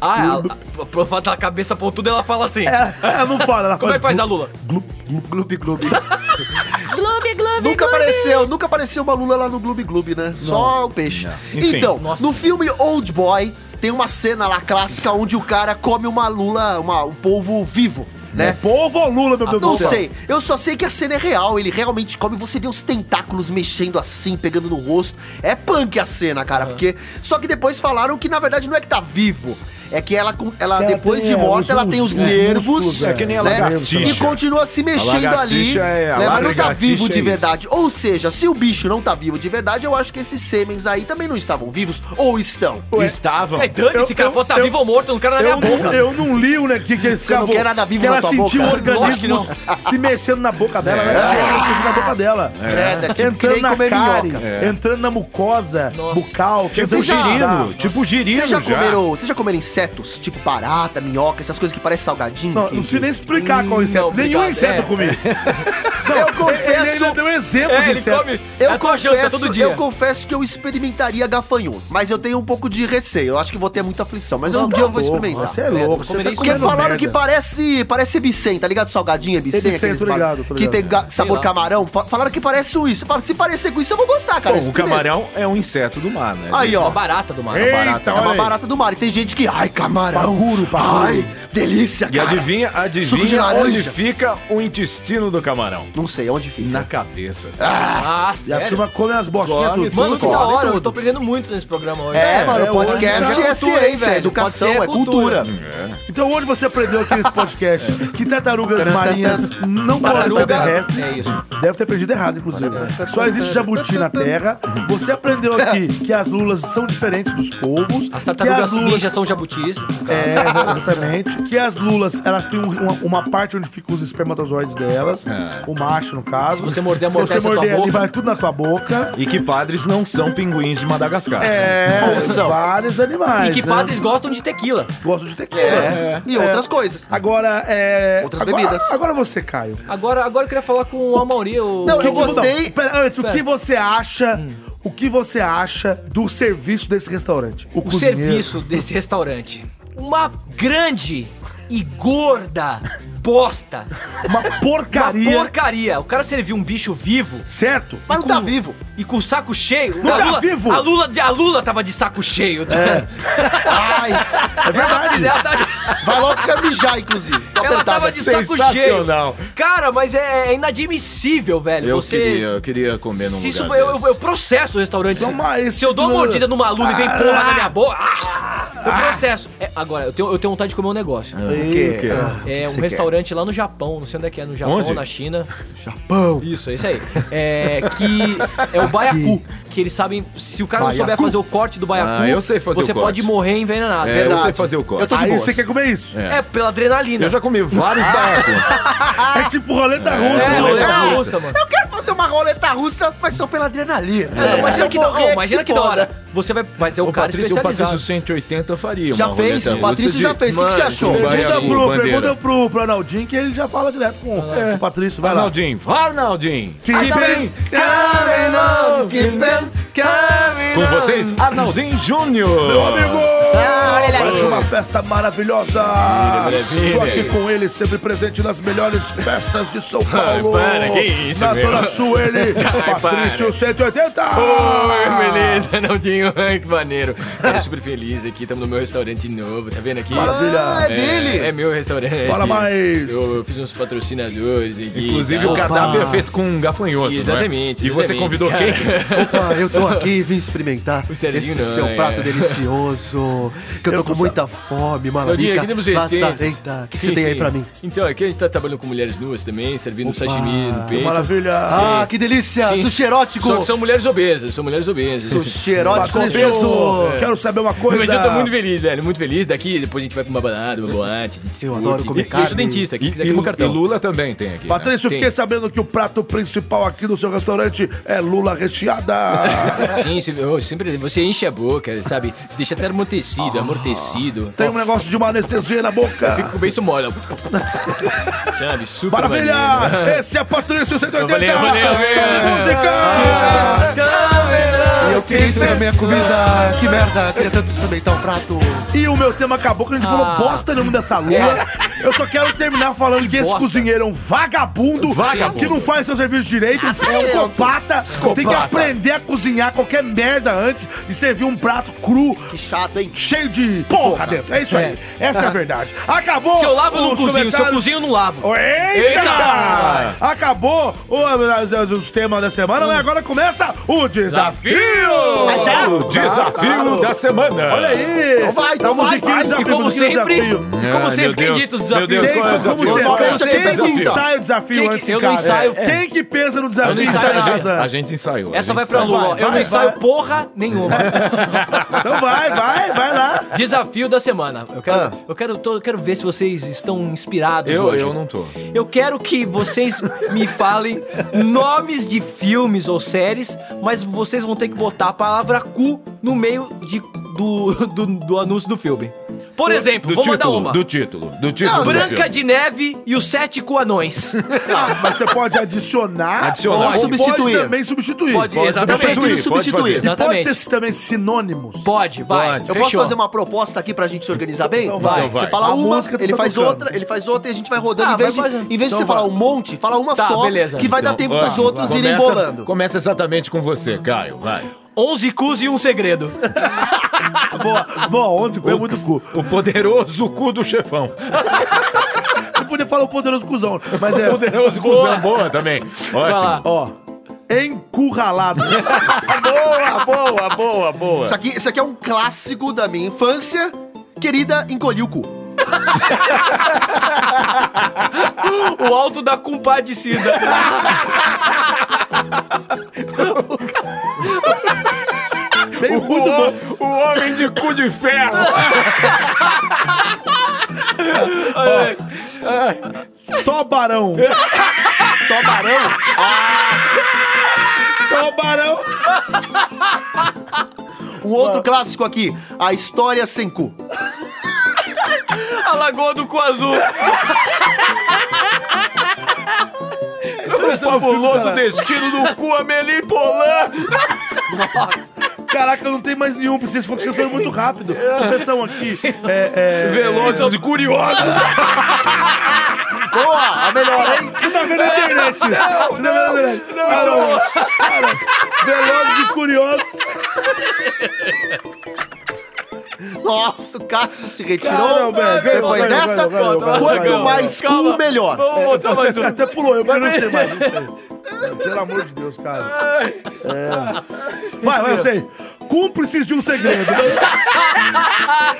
Ah, a, a, por fato da cabeça pontuda, ela fala assim. Ela, É, ela não fala, ela Como é que faz a glu- Lula? glup, glup, glup. Gloob, gloob, Nunca apareceu, nunca apareceu uma lula lá no Gloob Gloob, né? Só o peixe. Enfim. Então, no filme Old Boy, tem uma cena lá clássica onde o cara come uma lula, uma- um polvo vivo, né? Povo ou Lula, meu Deus Não do céu? sei, eu só sei que a cena é real, ele realmente come, você vê os tentáculos mexendo assim, pegando no rosto. É punk a cena, cara, porque. Só que depois falaram que na verdade não é que tá vivo. É que ela, com- ela Que ela depois tem, de é, morta, os- ela tem os- os os nervos. músculos, é, que nem a né? lagartixa. E continua se mexendo ali. lagartixa é- a né, Mas não tá lagartixa vivo de é verdade. Ou seja, se o bicho não tá vivo de verdade, eu acho que esses sêmens aí também não estavam vivos, ou estão. Estavam. Ai, dane-se, eu- cara, eu- pode tá eu- vivo ou morto, eu não quero na minha Eu não, boca. eu não li o né, que, que eles Você não ficavam- quer nada vivo Que na ela tua sentiu boca? organismos Lógico se mexendo na boca dela. né? Ela sentiu organismos na boca dela. Credo, é tipo que Entrando nem na comer cárie, minhoca. É. entrando na mucosa, Nossa. bucal. tá. Tipo tentando girino. dar. Tipo girino Vocês já, já. comeram, vocês já comeram insetos, tipo barata, minhoca, essas coisas que parecem salgadinho? Não, que- não preciso nem explicar qual é Hum, inseto. não, Nenhum obrigado, inseto é. eu comi. eu Ele confesso. ainda deu um exemplo É, de ele inseto. come. Eu a tua janta confesso, todo dia. eu confesso que eu experimentaria gafanhoto, mas eu tenho um pouco de receio. Eu acho que vou ter muita aflição, mas um Não, dia tá eu vou louco, experimentar. Você é louco, você comerei tá isso. Porque comendo falaram merda. que parece, parece Ebicen, tá ligado? Salgadinho, Ebicen, Ebicen, aqueles tô bagulho ligado, tô Que tem ligado. ga- sabor lá. camarão. Fa- Falaram que parece um isso. Falaram, Se parecer com isso, eu vou gostar, cara. Bom, o Experimenta. camarão é um inseto do mar, né? Aí, ó. Barata do mar. Eita, barata, É Então, olha uma aí. barata do mar. E tem gente que, ai, camarão. Baguro, baguro. Ai, delícia, E cara. adivinha, Suco de adivinha laranja. onde fica o intestino do camarão? Não sei onde fica. Na cabeça. Ah, E a sério? turma come as bostinhas Come tudo. Mano, que tudo. da hora, Tudo. eu tô aprendendo muito nesse programa hoje. É, mano, é, o podcast hoje é, é cultura, hein, ciência, é velho? educação, Pode ser é cultura. Então hoje você aprendeu aqui nesse podcast que tartarugas marinhas não podem ser É. Tartaruga- terrestres. É isso. Deve ter aprendido errado, inclusive. né? Só existe jabuti na terra. Você aprendeu aqui que as lulas são diferentes dos povos. As que tartarugas as lulas- ninja são jabutis. É, exatamente. Que as lulas, elas têm um- uma, uma parte onde ficam os espermatozoides delas. O macho, no caso. É. Se você morder, Se amortece você a tua morder ali, boca. vai tudo na tua boca. E que padres não são pinguins de Madagascar. É, Ou são. vários animais. E que né? padres gostam de tequila. Gosto de tequila. É, e outras coisas. Agora, é. Outras agora- bebidas. Agora você, Caio. Agora, agora eu queria falar com o Amauri. O... Não, eu que você- gostei. Pera, antes, o Pera. que você acha? O que você acha do serviço desse restaurante? é o cozinheiro. serviço desse restaurante. Uma grande e gorda bosta. Uma porcaria. Uma porcaria. O cara serviu um bicho vivo Certo? Mas não tá vivo. e com o saco cheio. Não a tá Lula, vivo? A Lula, de- a Lula tava de saco cheio. Ai, É verdade. Ela, tá- vai logo ficar mijar, inclusive. Tô ela apertada. tava de saco cheio. Sensacional. Cara, mas é, é inadmissível, velho. Eu Você. queria, eu queria comer num se isso, lugar eu, eu- desse. eu processo o restaurante. Isso é uma- se, isso eu dou uma não- mordida numa lula e vem porra na minha boca. ah, eu processo. É, agora, eu tenho, eu tenho vontade de comer um Ah, negócio. O quê? É um você restaurante lá no Japão, não sei onde é que é, no Japão, Onde? na China. Japão! Isso, é isso aí. É que é o baiacu, que eles sabem, se o cara não souber fazer o corte do baiacu, Ah, eu sei fazer você o corte. pode morrer envenenado. É, eu sei verdade. fazer o Eu corte. tô de Aí boa. você quer comer isso. É. É, pela adrenalina. Eu já comi vários barcos. É tipo roleta russa, É, né? roleta É. É, russa, mano. Eu quero fazer uma roleta russa, mas só pela adrenalina. Não, Se imagina eu que, da- é morrer, oh, imagina se que da foda. hora. Você vai, vai ser o O cara Patrício, o especializado. Patrício 180 faria Já uma fez? roleta O Patrício russa já de- fez. O que que você Mano, né? achou? com Pergunta baiacu, pro, bandeira. pergunta pro, pro Arnaldinho que ele já fala direto com, com o Patrício. Vai lá. Arnaldinho, vai, Arnaldinho. Que bem. Com vocês, Arnaldinho Júnior. Meu amigo! Ah, olha ele aí. Faz uma festa maravilhosa! Estou aqui com ele, sempre presente nas melhores festas de São Paulo! para, Ah, que isso, Na meu? Zona Sul, ele, Patrício 180! Ah. Oi, beleza, Naldinho? Ai, que maneiro. Tô super feliz aqui, estamos no meu restaurante novo, tá vendo aqui? Maravilha! Ah, é dele. É, é meu restaurante. Fala mais. Eu, eu fiz uns patrocinadores aqui. Inclusive, e o tal. cardápio é feito com um gafanhoto, não é? Exatamente, E você exatamente, convidou cara. quem? Opa, eu tô aqui, vim experimentar O Serginho esse não, seu é. prato delicioso, que eu tô, com muita fome, Claudinha, maluca. aqui temos receitas. O que, que Sim, você tem aí sim. pra mim? Então, aqui a gente tá trabalhando com mulheres nuas também, servindo sashimi no Que peito. Maravilha! Ah, que delícia, Sim. sushi erótico. Só que são mulheres obesas, são mulheres obesas. Sushi erótico Patrício, É. obeso. quero saber uma coisa. Mas eu tô é muito feliz, velho, muito feliz. Daqui depois a gente vai pra uma balada, uma boate. a gente se Eu curte. adoro comer E- e Eu carne. sou dentista, quem E, quiser aqui meu e cartão. Lula também tem aqui. né? Patrício, Tem. fiquei sabendo que o prato principal aqui do seu restaurante é lula recheada. Sim, sim, eu sempre você enche a boca, sabe? Deixa até amortecido, amortecido. Ah. Tem um negócio de uma anestesia na boca. Fica o beijo mole. ó. Sabe? Super né? maneiro. Maravilha! Esse é Patrício 180. Valeu, valeu, valeu. Sobe Ah. música! Eu queria ser minha comida. Que merda, queria tanto experimentar um prato. E o meu tema acabou, que a gente falou bosta nenhuma dessa lua. Eu só quero terminar falando que, esse bosta. cozinheiro é um vagabundo, que não faz seu serviço direito, um psicopata, Tem que aprender a cozinhar qualquer merda antes de servir um prato cru, Que chato, hein? cheio de porra dentro. É isso aí. Essa é a verdade. Acabou! Se eu lavo, eu não os cozinho. Se eu comentários. cozinho, eu não lavo. Eita! Eita! Acabou o- os, os temas da semana, mas agora começa o desafio! Mas já? é O desafio da semana. Olha aí! Então vai, então Dá vai, musiquinha, vai. desafio, E como musiquinha, sempre, desafio. e como Ah, sempre, meu tem Deus. dito os Meu desafios. Deus, Quem, Qual é o como desafio? sempre, Qual é o quem que desafio? ensaia o desafio Quem que- antes em eu não casa? ensaio. É. Quem que pensa no desafio Eu não e ensaio ensaia na A gente, casa? a gente ensaiou. a Essa gente vai pra ensaiou. Lula. né? Vai, ó. eu não vai, ensaio vai. porra nenhuma. Então vai, vai, vai lá. Desafio da semana. Eu quero, Ah. eu quero, tô- eu quero ver se vocês estão inspirados Eu, hoje. eu não tô. Eu quero que vocês me falem nomes de filmes ou séries, mas vocês vão ter que botar a palavra cu no meio de, do, do, do anúncio do filme. Por exemplo, do vou título, mandar uma. Do título, do título. do Branca filme. de Neve e os Sete Coanões. Ah, mas você pode adicionar. Adicionar. ou Pode substituir. Pode também substituir. Pode, Eu exatamente. prefiro Substituir, pode substituir. fazer. E pode Exatamente. ser esses também sinônimos. Pode, vai. Pode. Eu posso fazer uma proposta aqui pra gente se organizar bem? Então vai. Então vai. Você fala A uma, música tu ele tá faz tocando. outra, ele faz outra e a gente Tá, vai rodando. Ah, em vez vai de, fazendo. em vez de Então você falar um monte, fala uma Tá, só, beleza. que Então vai dar tempo pros Vai, outros vai. irem Começa- bolando. Começa exatamente com você, Caio, vai. 11 cus e um segredo. Boa, boa, 11 é muito cu. O poderoso cu do chefão. Você podia falar o poderoso cuzão, mas é. Poderoso cuzão, boa também. lá. Ótimo. Ó. Encurralado. Boa, Ah, boa, boa, boa. Isso aqui, isso aqui é um clássico da minha infância. Querida, encolhi o cu. O alto da compadecida. Tem muito o, bom. o homem de cu de ferro. Tobarão. Tobarão. Tobarão. Um outro clássico aqui. A história sem cu. A lagoa do cu azul. é o fabuloso destino do cu Amelie Polan. Caraca, não tem mais nenhum, porque vocês foram esquecendo muito rápido. Começam aqui. É, é... Velozes e curiosos. Boa, a melhor, hein? Você tá vendo na internet isso? Você tá vendo na internet? Caramba, cara, Velozes e curiosos. Nossa, o Cássio se Não, retirou. velho, Depois velho, dessa, velho, velho, velho, quanto velho, mais cu, Calma. melhor. Vamos botar mais um. Até até pulou, eu não sei mais. não sei. Pelo amor de Deus, cara. É. Vai, vai, eu sei. Cúmplices de um segredo.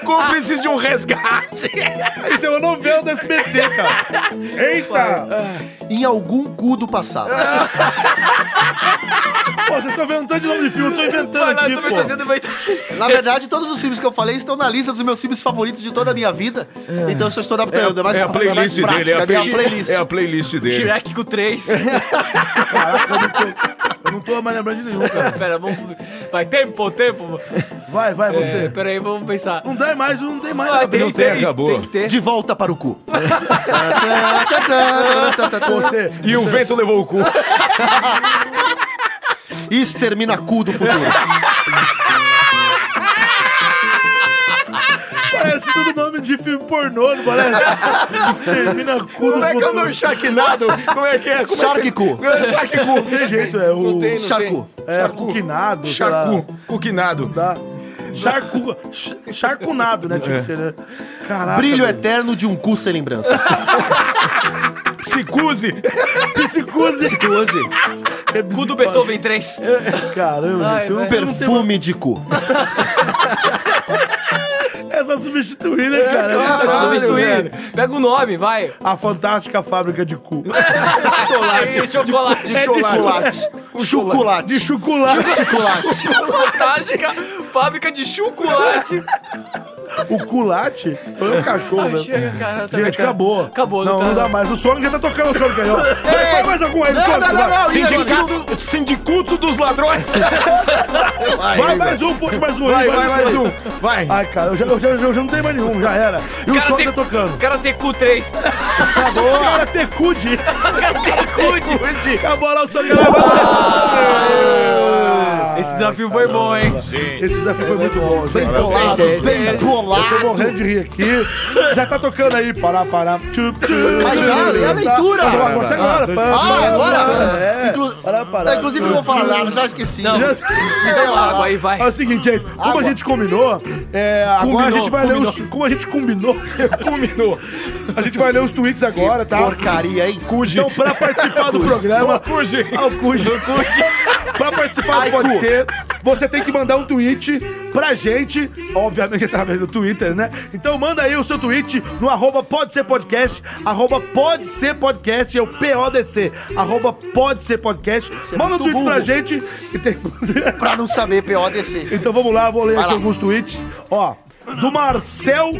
Cúmplices de um resgate. Isso é uma novela do SBT, cara. Eita! Em algum cu do passado. Pô, vocês estão vendo um tanto de nome de filme, eu tô Vai inventando aqui, lá, tô me pô. trazendo, vai- Na verdade, todos os filmes que eu falei estão na lista dos meus filmes favoritos de toda a minha vida. Então eu só estou adaptando. mais- É a playlist mais dele, é a prática, play- minha playlist. É a playlist dele. Shrek com 3. Caraca, eu não tô, eu não tô mais lembrando de nenhum, cara. Pera, vamos. Vai, tempo, tempo. Vai, vai, É, você. pera aí, vamos pensar. Não dá mais, não tem mais. Ah, nada. não tem, acabou. Tem que ter. De volta para o cu. Você. E o vento levou o cu. Extermina cu do futuro. Parece tudo nome de filme pornô, não parece? Extermina cu do Como é que eu futuro. não chaquinado? Como é que é? Como Shark é que cu. É, Shark cu. Não tem jeito, é o... tem, não Charcu. É, cuquinado, sei lá. Charcu. Cuquinado. Tá. Charcu... ch- Charcunado, né? Tinha que ser, né? Caraca. Ah, tá Brilho velho. eterno de um cu sem lembranças. Psicuse. Psicose. Psicose. É Cu do psicose. Beethoven 3. Caramba, gente. Um eu não tenho- não tenho- Perfume de cu. É só substituir, né, cara? É Tá verdade, substituindo. velho. Pega o nome, vai. A fantástica fábrica de cu. Chocolate. chocolate. É de chocolate. Chocolate. De chocolate. Chocolate. Fantástica. Fábrica de chocolate. O culate foi um cachorro, né? Chega, cara. tá Gente, bem, cara. acabou. Acabou, não, não tá- não dá mais. O Sonic já tá tocando o Sonic aí, ó. Vai, Faz mais algum aí do Sonic. vai. Sindicato, sindicuto dos ladrões. Vai, mais um, puxa mais um. Vai, aí, vai, mais mais aí. um. Vai. Ai, cara, eu já, eu já- eu já não tenho mais nenhum, já era. E o Sonic tá tocando. Cara tem cu 3. Tá Acabou. Cara, tecude. Cara tem cu de... Acabou lá o Sonic. Vai, vai, vai. Ah. Esse desafio foi bom, hein? Esse desafio é foi muito bom, Bem gente. bolado, Parabéns, bem é. Tô bolado. morrendo de rir aqui. Já tá tocando aí. Pará, pará. Tchup, tchup. Mas já, é a leitura. Tá, tá, tá, tá, agora. Ah, agora? É. Inclu- Ah, Pará, pará. Inclusive, não vou falar nada, já esqueci. Não. Já- Então, água aí, vai. É o seguinte, gente, como a gente combinou, é, agora a gente vai ler os. Como a gente combinou, combinou. A gente vai ler os tweets agora, tá? Porcaria, hein? Cuji. Então, pra participar do programa. Cuji. Ao Cuji. pra participar do Ai, Pode cu. Ser, você tem que mandar um tweet pra gente, obviamente através do Twitter, né? Então manda aí o seu tweet no arroba Pode Ser Podcast, arroba Pode Ser Podcast, é o PODC, arroba Pode Ser Podcast. é Manda um muito tweet pra burro. gente e tem... Pra não saber PODC. Então vamos lá, vou ler Vai aqui lá. alguns tweets. Ó, do Marcel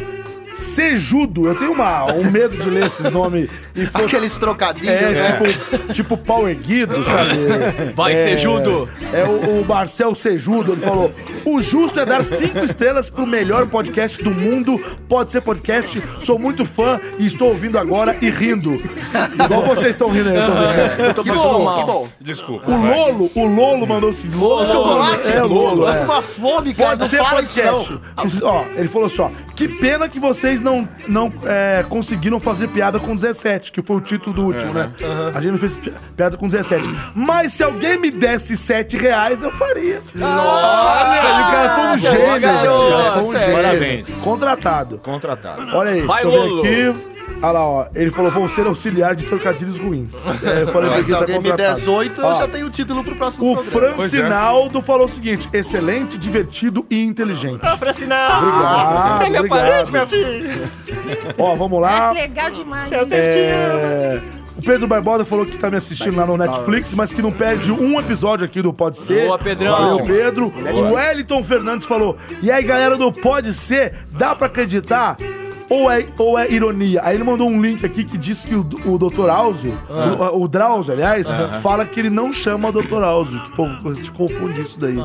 Sejudo. Eu tenho uma, um medo de ler esses nomes e for Aqueles trocadilhos, É, né? tipo, tipo pau erguido, sabe? Vai, é, Sejudo! É o, o Marcel Sejudo, ele falou: o justo é dar cinco estrelas pro melhor podcast do mundo. Pode ser podcast, sou muito fã e estou ouvindo agora e rindo. Igual vocês estão rindo aí, eu tô vendo. Eu tô que passando bom, que mal. bom. Desculpa. O vai. Lolo, o Lolo mandou assim: Lolo, Chocolate? É, Lolo. Tô com É. uma fome, cara. Pode Não ser fala isso, podcast. não. Ó, ele falou só: que pena que vocês não, não é, conseguiram fazer piada com 17, que foi o título do último, né? A gente não fez pi- piada com 17. Mas se alguém me desse 7 reais, eu faria. Nossa, ele cara foi um gênio. garoto, cara, foi um sério. gênio. Parabéns. Contratado. Contratado. Olha aí, Vai, deixa eu Lolo. ver aqui. Olha lá, ó. Ele falou: vão ser auxiliar de trocadilhos ruins. É, eu falei pra Mas quem se tá alguém me der contratado. 18, eu Ó. já tenho o título pro próximo O programa. Francinaldo falou o seguinte: excelente, divertido e inteligente. Francinal. Obrigado, Você é meu obrigado. parente, meu filho. Ó, vamos lá. É Legal demais. Eu te amo. É, O Pedro Barbosa falou que tá me assistindo lá no Netflix, mas que não perde um episódio aqui do Pode Ser. Boa, Pedrão. Valeu, Pedro. O Wellington Fernandes falou: E aí, galera do Pode Ser, dá pra acreditar? Ou é, ou é ironia? Aí ele mandou um link aqui que diz que o, o Dr. Alzo, o, o Drauzio, aliás, fala que ele não chama Dr. Alzo. Que o povo te confunde isso daí.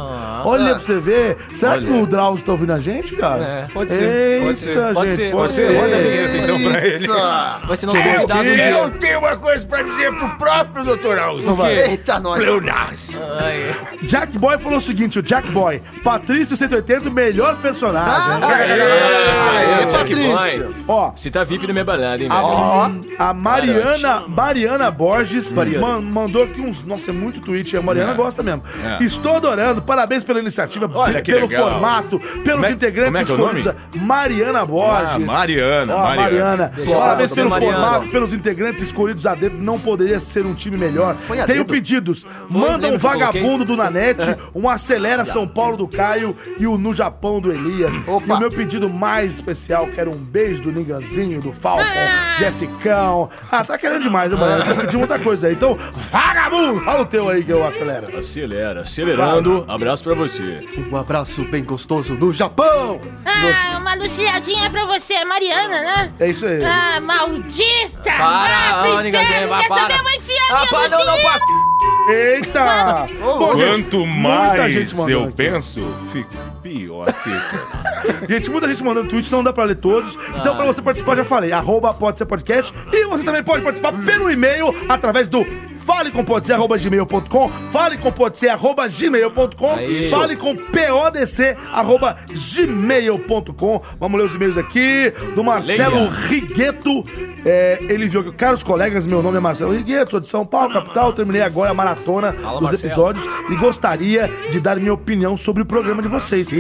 Olha pra você ver. Será que o Drauzio tá ouvindo a gente, cara? É. Pode ser. Pode ser. Gente, pode ser. Pode ser. Manda a vinheta então pra ele. Eita, Vai ser nosso convidado um Ih, dia. tenho uma coisa pra dizer pro próprio doutor Aldo. Eita, nós. Pleonas. Ai, Jack Boy falou o seguinte: o Jack Boy, Patrício 180, o melhor Ah, personagem. Ah, é, é. Aê, Jack Patrício. Ó, Você tá VIP na minha balada, hein, a, velho? a Mariana, Mariana Borges man- mandou aqui uns. Nossa, é muito tweet. A Mariana gosta mesmo. É. Estou adorando, parabéns pela iniciativa, Olha que pelo legal. formato, pelos Como é- como é integrantes que é o nome? escolhidos. Mariana Borges. Ah, Mariana, Ó, Mariana. Mariana. Deixa eu Parabéns falar, dona pelo Mariana. formato, pelos integrantes escolhidos a dedo. Não poderia ser um time melhor. a Tenho dedo? pedidos. Manda um lembra que eu coloquei? vagabundo do Nanete, um acelera São Paulo do Caio e o no Japão do Elias. Opa. E o meu pedido mais especial, quero um beijo do Ninganzinho, do Falcon, É. Jessicão. Ah, tá querendo demais, né, mano? Você pediu muita coisa aí. Então, vagabundo, fala o teu aí que eu acelero. Acelera, acelerando. Abraço pra você. Um abraço bem gostoso no Japão. Ah, uma luciadinha pra você, Mariana, né? É isso aí. Ah, maldita! Para, ah, pro ô, Nicozinho, inferno! vai, Quer para. saber? Eu vou enfiar Ah, minha para, não, não, lucinha! para. Eita! Bom, gente, Quanto muita mais gente mandou eu aqui. penso, fica pior fica. Gente, muita gente mandando tweet, não dá pra ler todos. Então, pra você participar, já falei, arroba pode ser podcast. E você também pode participar pelo e-mail através do falecompodc.gmail.com falecompodc.gmail.com Aí. falecompodc.gmail.com Vamos ler os e-mails aqui do Marcelo Rigueto. É, ele viu que, caros colegas, meu nome é Marcelo Rigueto, sou de São Paulo, capital. Terminei agora a maratona dos episódios e gostaria de dar minha opinião sobre o programa de vocês.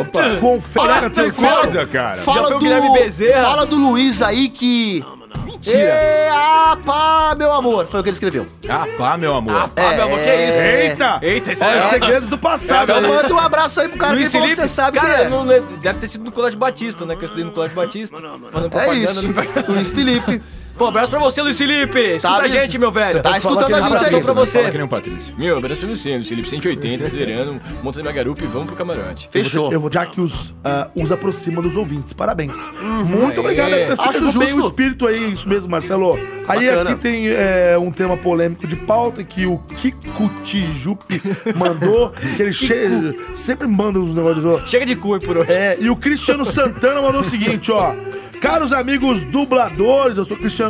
Opa. Confere, Tem coisa, cara. Fala foi o do, Guilherme Bezerra. fala do Luiz aí que... Mentira. Ei, ah, pá, meu amor. Foi o que ele escreveu. Ah, pá, Ah, meu amor. É, meu amor, que é isso? Eita! Eita, isso Olha, é... os segredos do passado. Então né? manda um abraço aí pro cara Luiz que falou que Felipe, você sabe cara, quem é. não- não- deve ter sido no Colégio Batista, né? Que eu estudei no Colégio Batista. Fazendo É propaganda. isso. no- Luiz Felipe. Pô, abraço pra você, Luiz Felipe. Escuta Tá a gente, mesmo. meu velho. Você tá escutando Fala, a gente abração aí. pra você. Fala que nem um Patrício. Meu, abraço pra você, Luiz Felipe 180, acelerando, monta minha garupa e vamos pro camarote. Fechou. Eu vou já que os, ah, os aproxima dos ouvintes. Parabéns. Uhum. Muito obrigado. Aê. É. Você Acho pegou bem justo. o espírito aí, isso mesmo, Marcelo. Aí Bacana. aqui tem é, um tema polêmico de pauta que o Kiko Tijupi mandou, que ele che- sempre manda uns negócios. ó. Chega de cu aí por hoje. É, e o Cristiano Santana mandou o seguinte, ó. Caros amigos dubladores, eu sou Cristiano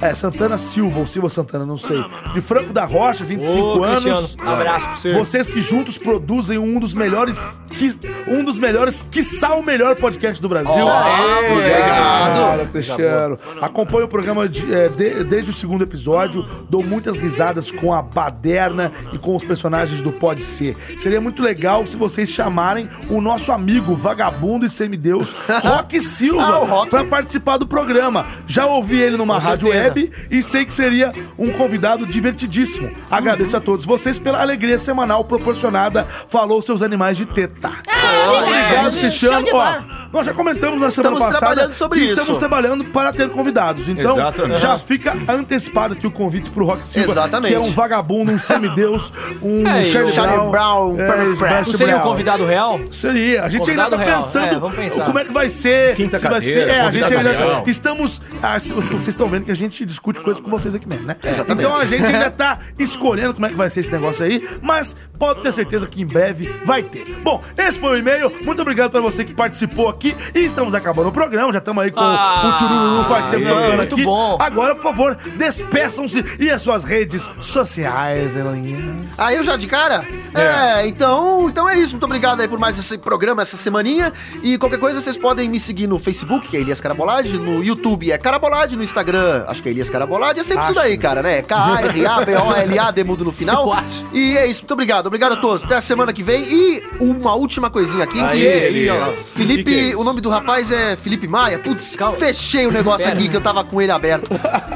é, Santana Silva, ou Silva Santana, não sei. De Franco da Rocha, 25 Ô, anos. Cristiano, abraço pra você. Vocês que juntos produzem um dos melhores, que, um dos melhores, quiçá o melhor podcast do Brasil. Ah, é. Tá Obrigado, Cristiano. Acompanho o programa de- é, de- desde o segundo episódio. Dou muitas risadas com a baderna e com os personagens do Pode Ser. Seria muito legal se vocês chamarem o nosso amigo vagabundo e semideus, Rock Ah, o Silva, Rock. para participar do programa. Já ouvi ele numa rádio certeza. web e sei que seria um convidado divertidíssimo. Agradeço a todos vocês pela alegria semanal proporcionada. Falou seus animais de teta. Ah, Obrigado, Obrigado, show Cristiano. de Ó, bola. nós já comentamos na semana Estamos passada trabalhando sobre que isso. estamos trabalhando para ter convidados. Então, Exatamente. já fica antecipado aqui o convite pro Rock Silva, Exatamente. que é um vagabundo, um semideus, um É, e Charlie o Brown. Charlie Brown, é, Brad Pitt. Smash Não seria um Brown. convidado real? Seria. A gente ainda tá Convidado real. É, pensando vamos pensar. como é que vai ser. Quinta se vai cadeira, ser. É, a convidado gente ainda. real. Estamos. ah, se- se- vocês estão vendo que a gente discute coisas com vocês aqui mesmo, né? Então a gente ainda tá escolhendo como é que vai ser esse negócio aí, mas pode ter certeza que em breve vai ter. Bom, esse foi o e-mail. Muito obrigado pra você que participou aqui. E estamos acabando o programa. Já estamos aí com Ah, o Tirururu faz tempo é, tocando muito aqui. bom. Agora, por favor, despeçam-se e as suas redes sociais, Eloinhas. Aí eu já de cara? É, então, então é isso. Muito obrigado aí por mais esse programa, essa semaninha. E qualquer coisa, vocês podem me seguir no Facebook, que é Elias Carabolade, no YouTube é Carabolade, no Instagram, acho que é Elias Carabolade. É sempre isso daí, cara, né? K-A-R-A-B-O-L-A, mudo no final. Eu acho. E é isso, muito obrigado. Obrigado a todos. Até a semana que vem. E uma última coisinha aqui. Aí, que é- aí, ó. Felipe, Fiquei. o nome do rapaz é Felipe Maia. Putz, Calma. fechei o negócio aqui que eu tava com ele aberto.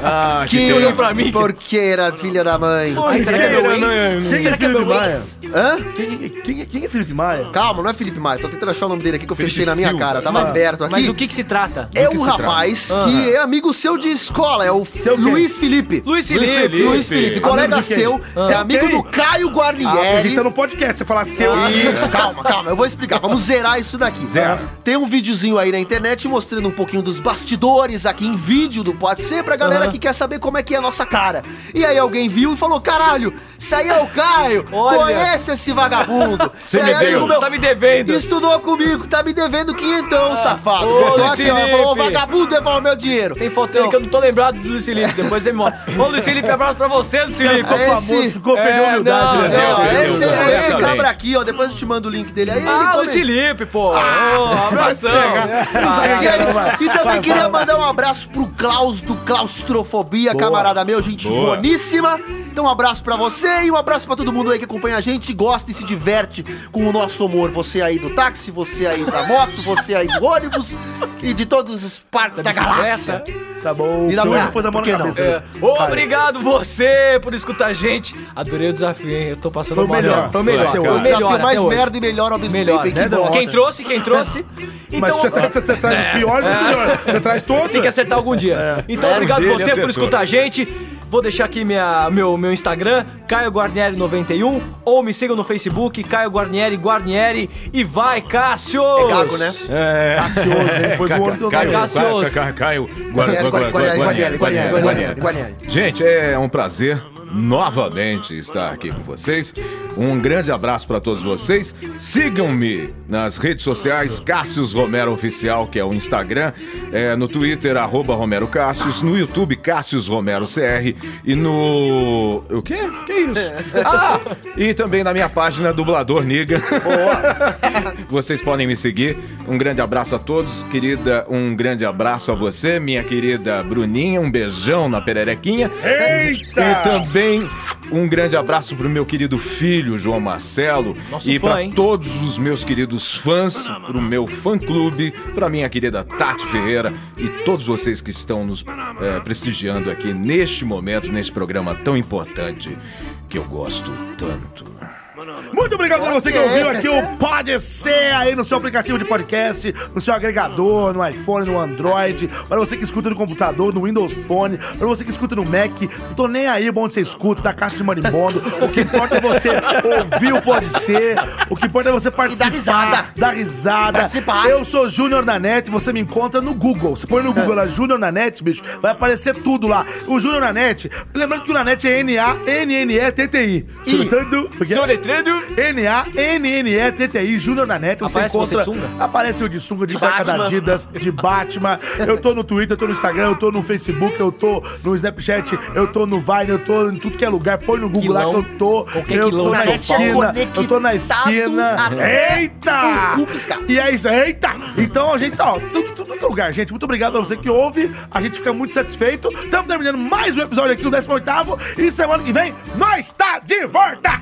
Ah, que, Que olhou pra mim? porqueira, filha da mãe. Ai, será que é meu ex? Quem é Será que é Felipe meu Maia? ex? Hã? Quem, quem, quem é Felipe Maia? Calma, não é Felipe Maia. Tô tentando achar o nome dele aqui que eu Felipe fechei na minha Silva. cara. Tava aberto aqui. Mas o que que se trata? É um rapaz que é amigo seu de escola. É o quem? Luiz Felipe. Luiz Felipe. Luiz Felipe, colega Amigo de quem? seu. Você é amigo Quem? do Caio A gente Guarnieri. tá no podcast, você falar seu. Isso, calma, calma, eu vou explicar. Vamos zerar isso daqui. Zero. Tem um videozinho aí na internet mostrando um pouquinho dos bastidores aqui em vídeo do Pode Ser pra galera que quer saber como é que é a nossa cara. E aí alguém viu e falou: caralho, isso aí é o Caio, Olha. conhece esse vagabundo. Você Isso aí me é deu. amigo meu. Tá me devendo. Ah. Estudou comigo, tá me devendo quinhentão, safado. ô, Botou Luiz aqui, ó, Felipe. falou, vagabundo, devolve meu dinheiro. Tem foto dele que eu não tô lembrado do Luiz Felipe. Depois você me mostra. Ô, Luiz Felipe, um abraço pra você, Luiz Ele Felipe. ficou Esse- famoso, ficou perdeu a É, humildade, não, né? É, ó, Perdeu, esse, perdeu. é esse Exatamente. cabra aqui, ó, depois eu te mando o link dele aí. Ah, ele Luiz comenta. Felipe, pô. Ah, Ô, abração. E é isso. E também queria mandar um abraço pro Klaus do Claustrofobia, camarada meu, gente Boa. boníssima. Então um abraço pra você e um abraço pra todo mundo aí que acompanha a gente, gosta e se diverte com o nosso humor. Você aí do táxi, você aí da moto, você aí do ônibus e de todas as partes da, galáxia. Tá bom. E da Hoje mulher, eu pus a mão por que na não? cabeça. É. Ô, obrigado você por escutar a gente. Adorei o desafio, hein? Eu tô passando Foi o mal, melhor. né? Foi o melhor. Foi Foi até É o o hoje. melhor desafio mais até hoje. merda e melhor ao mesmo Melhor. tempo, hein? Que Né, bosta. Dom? Quem trouxe, quem trouxe. Mas Então, você tra- tra- tra- É. traz os piores do melhor. Você traz todos. tem que acertar algum dia. Então, Um obrigado dia ele você por acertou. escutar a gente. Vou deixar aqui minha, meu, meu Instagram, Caio Guarnieri91, ou me sigam no Facebook, Caio Guarnieri Guarnieri. E vai, Cássio! É gago, né? É. Gracioso, hein? Pôs o olho todo Caio, aí. Gracioso. Caio, Caio, Guarnieri, Guarnieri, Guarnieri, Guarnieri, Guarnieri, Guarnieri, Guarnieri. Gente, é um prazer novamente estar aqui com vocês. Um grande abraço para todos vocês. Sigam-me nas redes sociais Cássius Romero Oficial, que é o Instagram, é, no Twitter arroba Romero Cássius, no YouTube Cássius Romero CR e no o quê? Que isso? Ah, e também na minha página Dublador Niga. Vocês podem me seguir. Um grande abraço a todos, querida. Um grande abraço a você, minha querida Bruninha. Um beijão na pererequinha. E Eita! também um grande abraço pro meu querido filho, João Marcelo. Nosso e fã, para hein? todos os meus queridos fãs, pro meu fã-clube, pra minha querida Tati Ferreira e todos vocês que estão nos eh, prestigiando aqui neste momento, nesse programa tão importante que eu gosto tanto. Muito obrigado pra você que É. ouviu aqui o Pode Ser aí no seu aplicativo de podcast, no seu agregador, no iPhone, no Android, pra você que escuta no computador, no Windows Phone, pra você que escuta no Mac, não tô nem aí pra onde você escuta, da caixa de marimbondo, o que importa é você ouvir o Pode Ser, o que importa é você participar, risada. dar risada. Participar. Eu sou Júnior na net, você me encontra no Google. Você põe no Google lá, Júnior na net, bicho, vai aparecer tudo lá. O Júnior na net, lembrando que o na net é N-A-N-N-E-T-T-I. Surtando, porque- Seu letreiro. N-A-N-N-E-T-T-I, Júnior na net, você Aparece você encontra. de sunga? Aparece o de sunga, de cueca da Adidas, de Batman. Eu tô no Twitter, eu tô no Instagram, eu tô no Facebook, eu tô no Snapchat, eu tô no Vine, eu tô em tudo que é lugar. Põe no Google lá Quilão. que eu tô. Qualquer Eu quilão é tô na de São Paulo. esquina. Eu tô na esquina. Conectado até Eita! o cu piscar. E é isso, eita! Então a gente tá, ó, tudo, tudo que é lugar, gente. Muito obrigado a você que ouve. A gente fica muito satisfeito. Estamos terminando mais um episódio aqui, o 18 E semana que vem, nós tá de volta!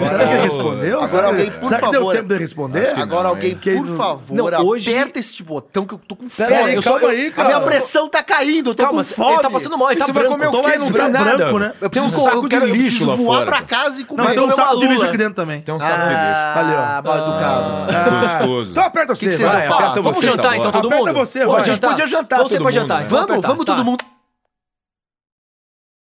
Será que eles respondeu? Agora Será que- alguém, por Será que deu favor. tempo de responder? Agora alguém, Quem por não- favor, Não, hoje- aperta esse botão que eu tô com fome. Pera aí, eu calma aí, A minha cara. pressão tá caindo, eu tô Calma, com fome. ele tá passando mal, ele tá Você vai branco. comer o Tô quê? mais Não tem branco, nada. né? Eu Tem um preciso, saco de cara, eu lixo preciso lá voar fora. pra casa e comer. Não, tem um comer saco uma de lixo lula. aqui dentro também. Tem um saco de lixo. Ah, Ali, ó. mal educado. Gostoso. Então aperta Que que você, vocês vai. vão falar? aperta Vamos você, jantar, então, Sabora. todo mundo? Aperta você, Vamos vai. jantar. A gente podia jantar Vamos Tá. todo pra jantar. mundo, né? Tá. Vamos, vamos todo mundo.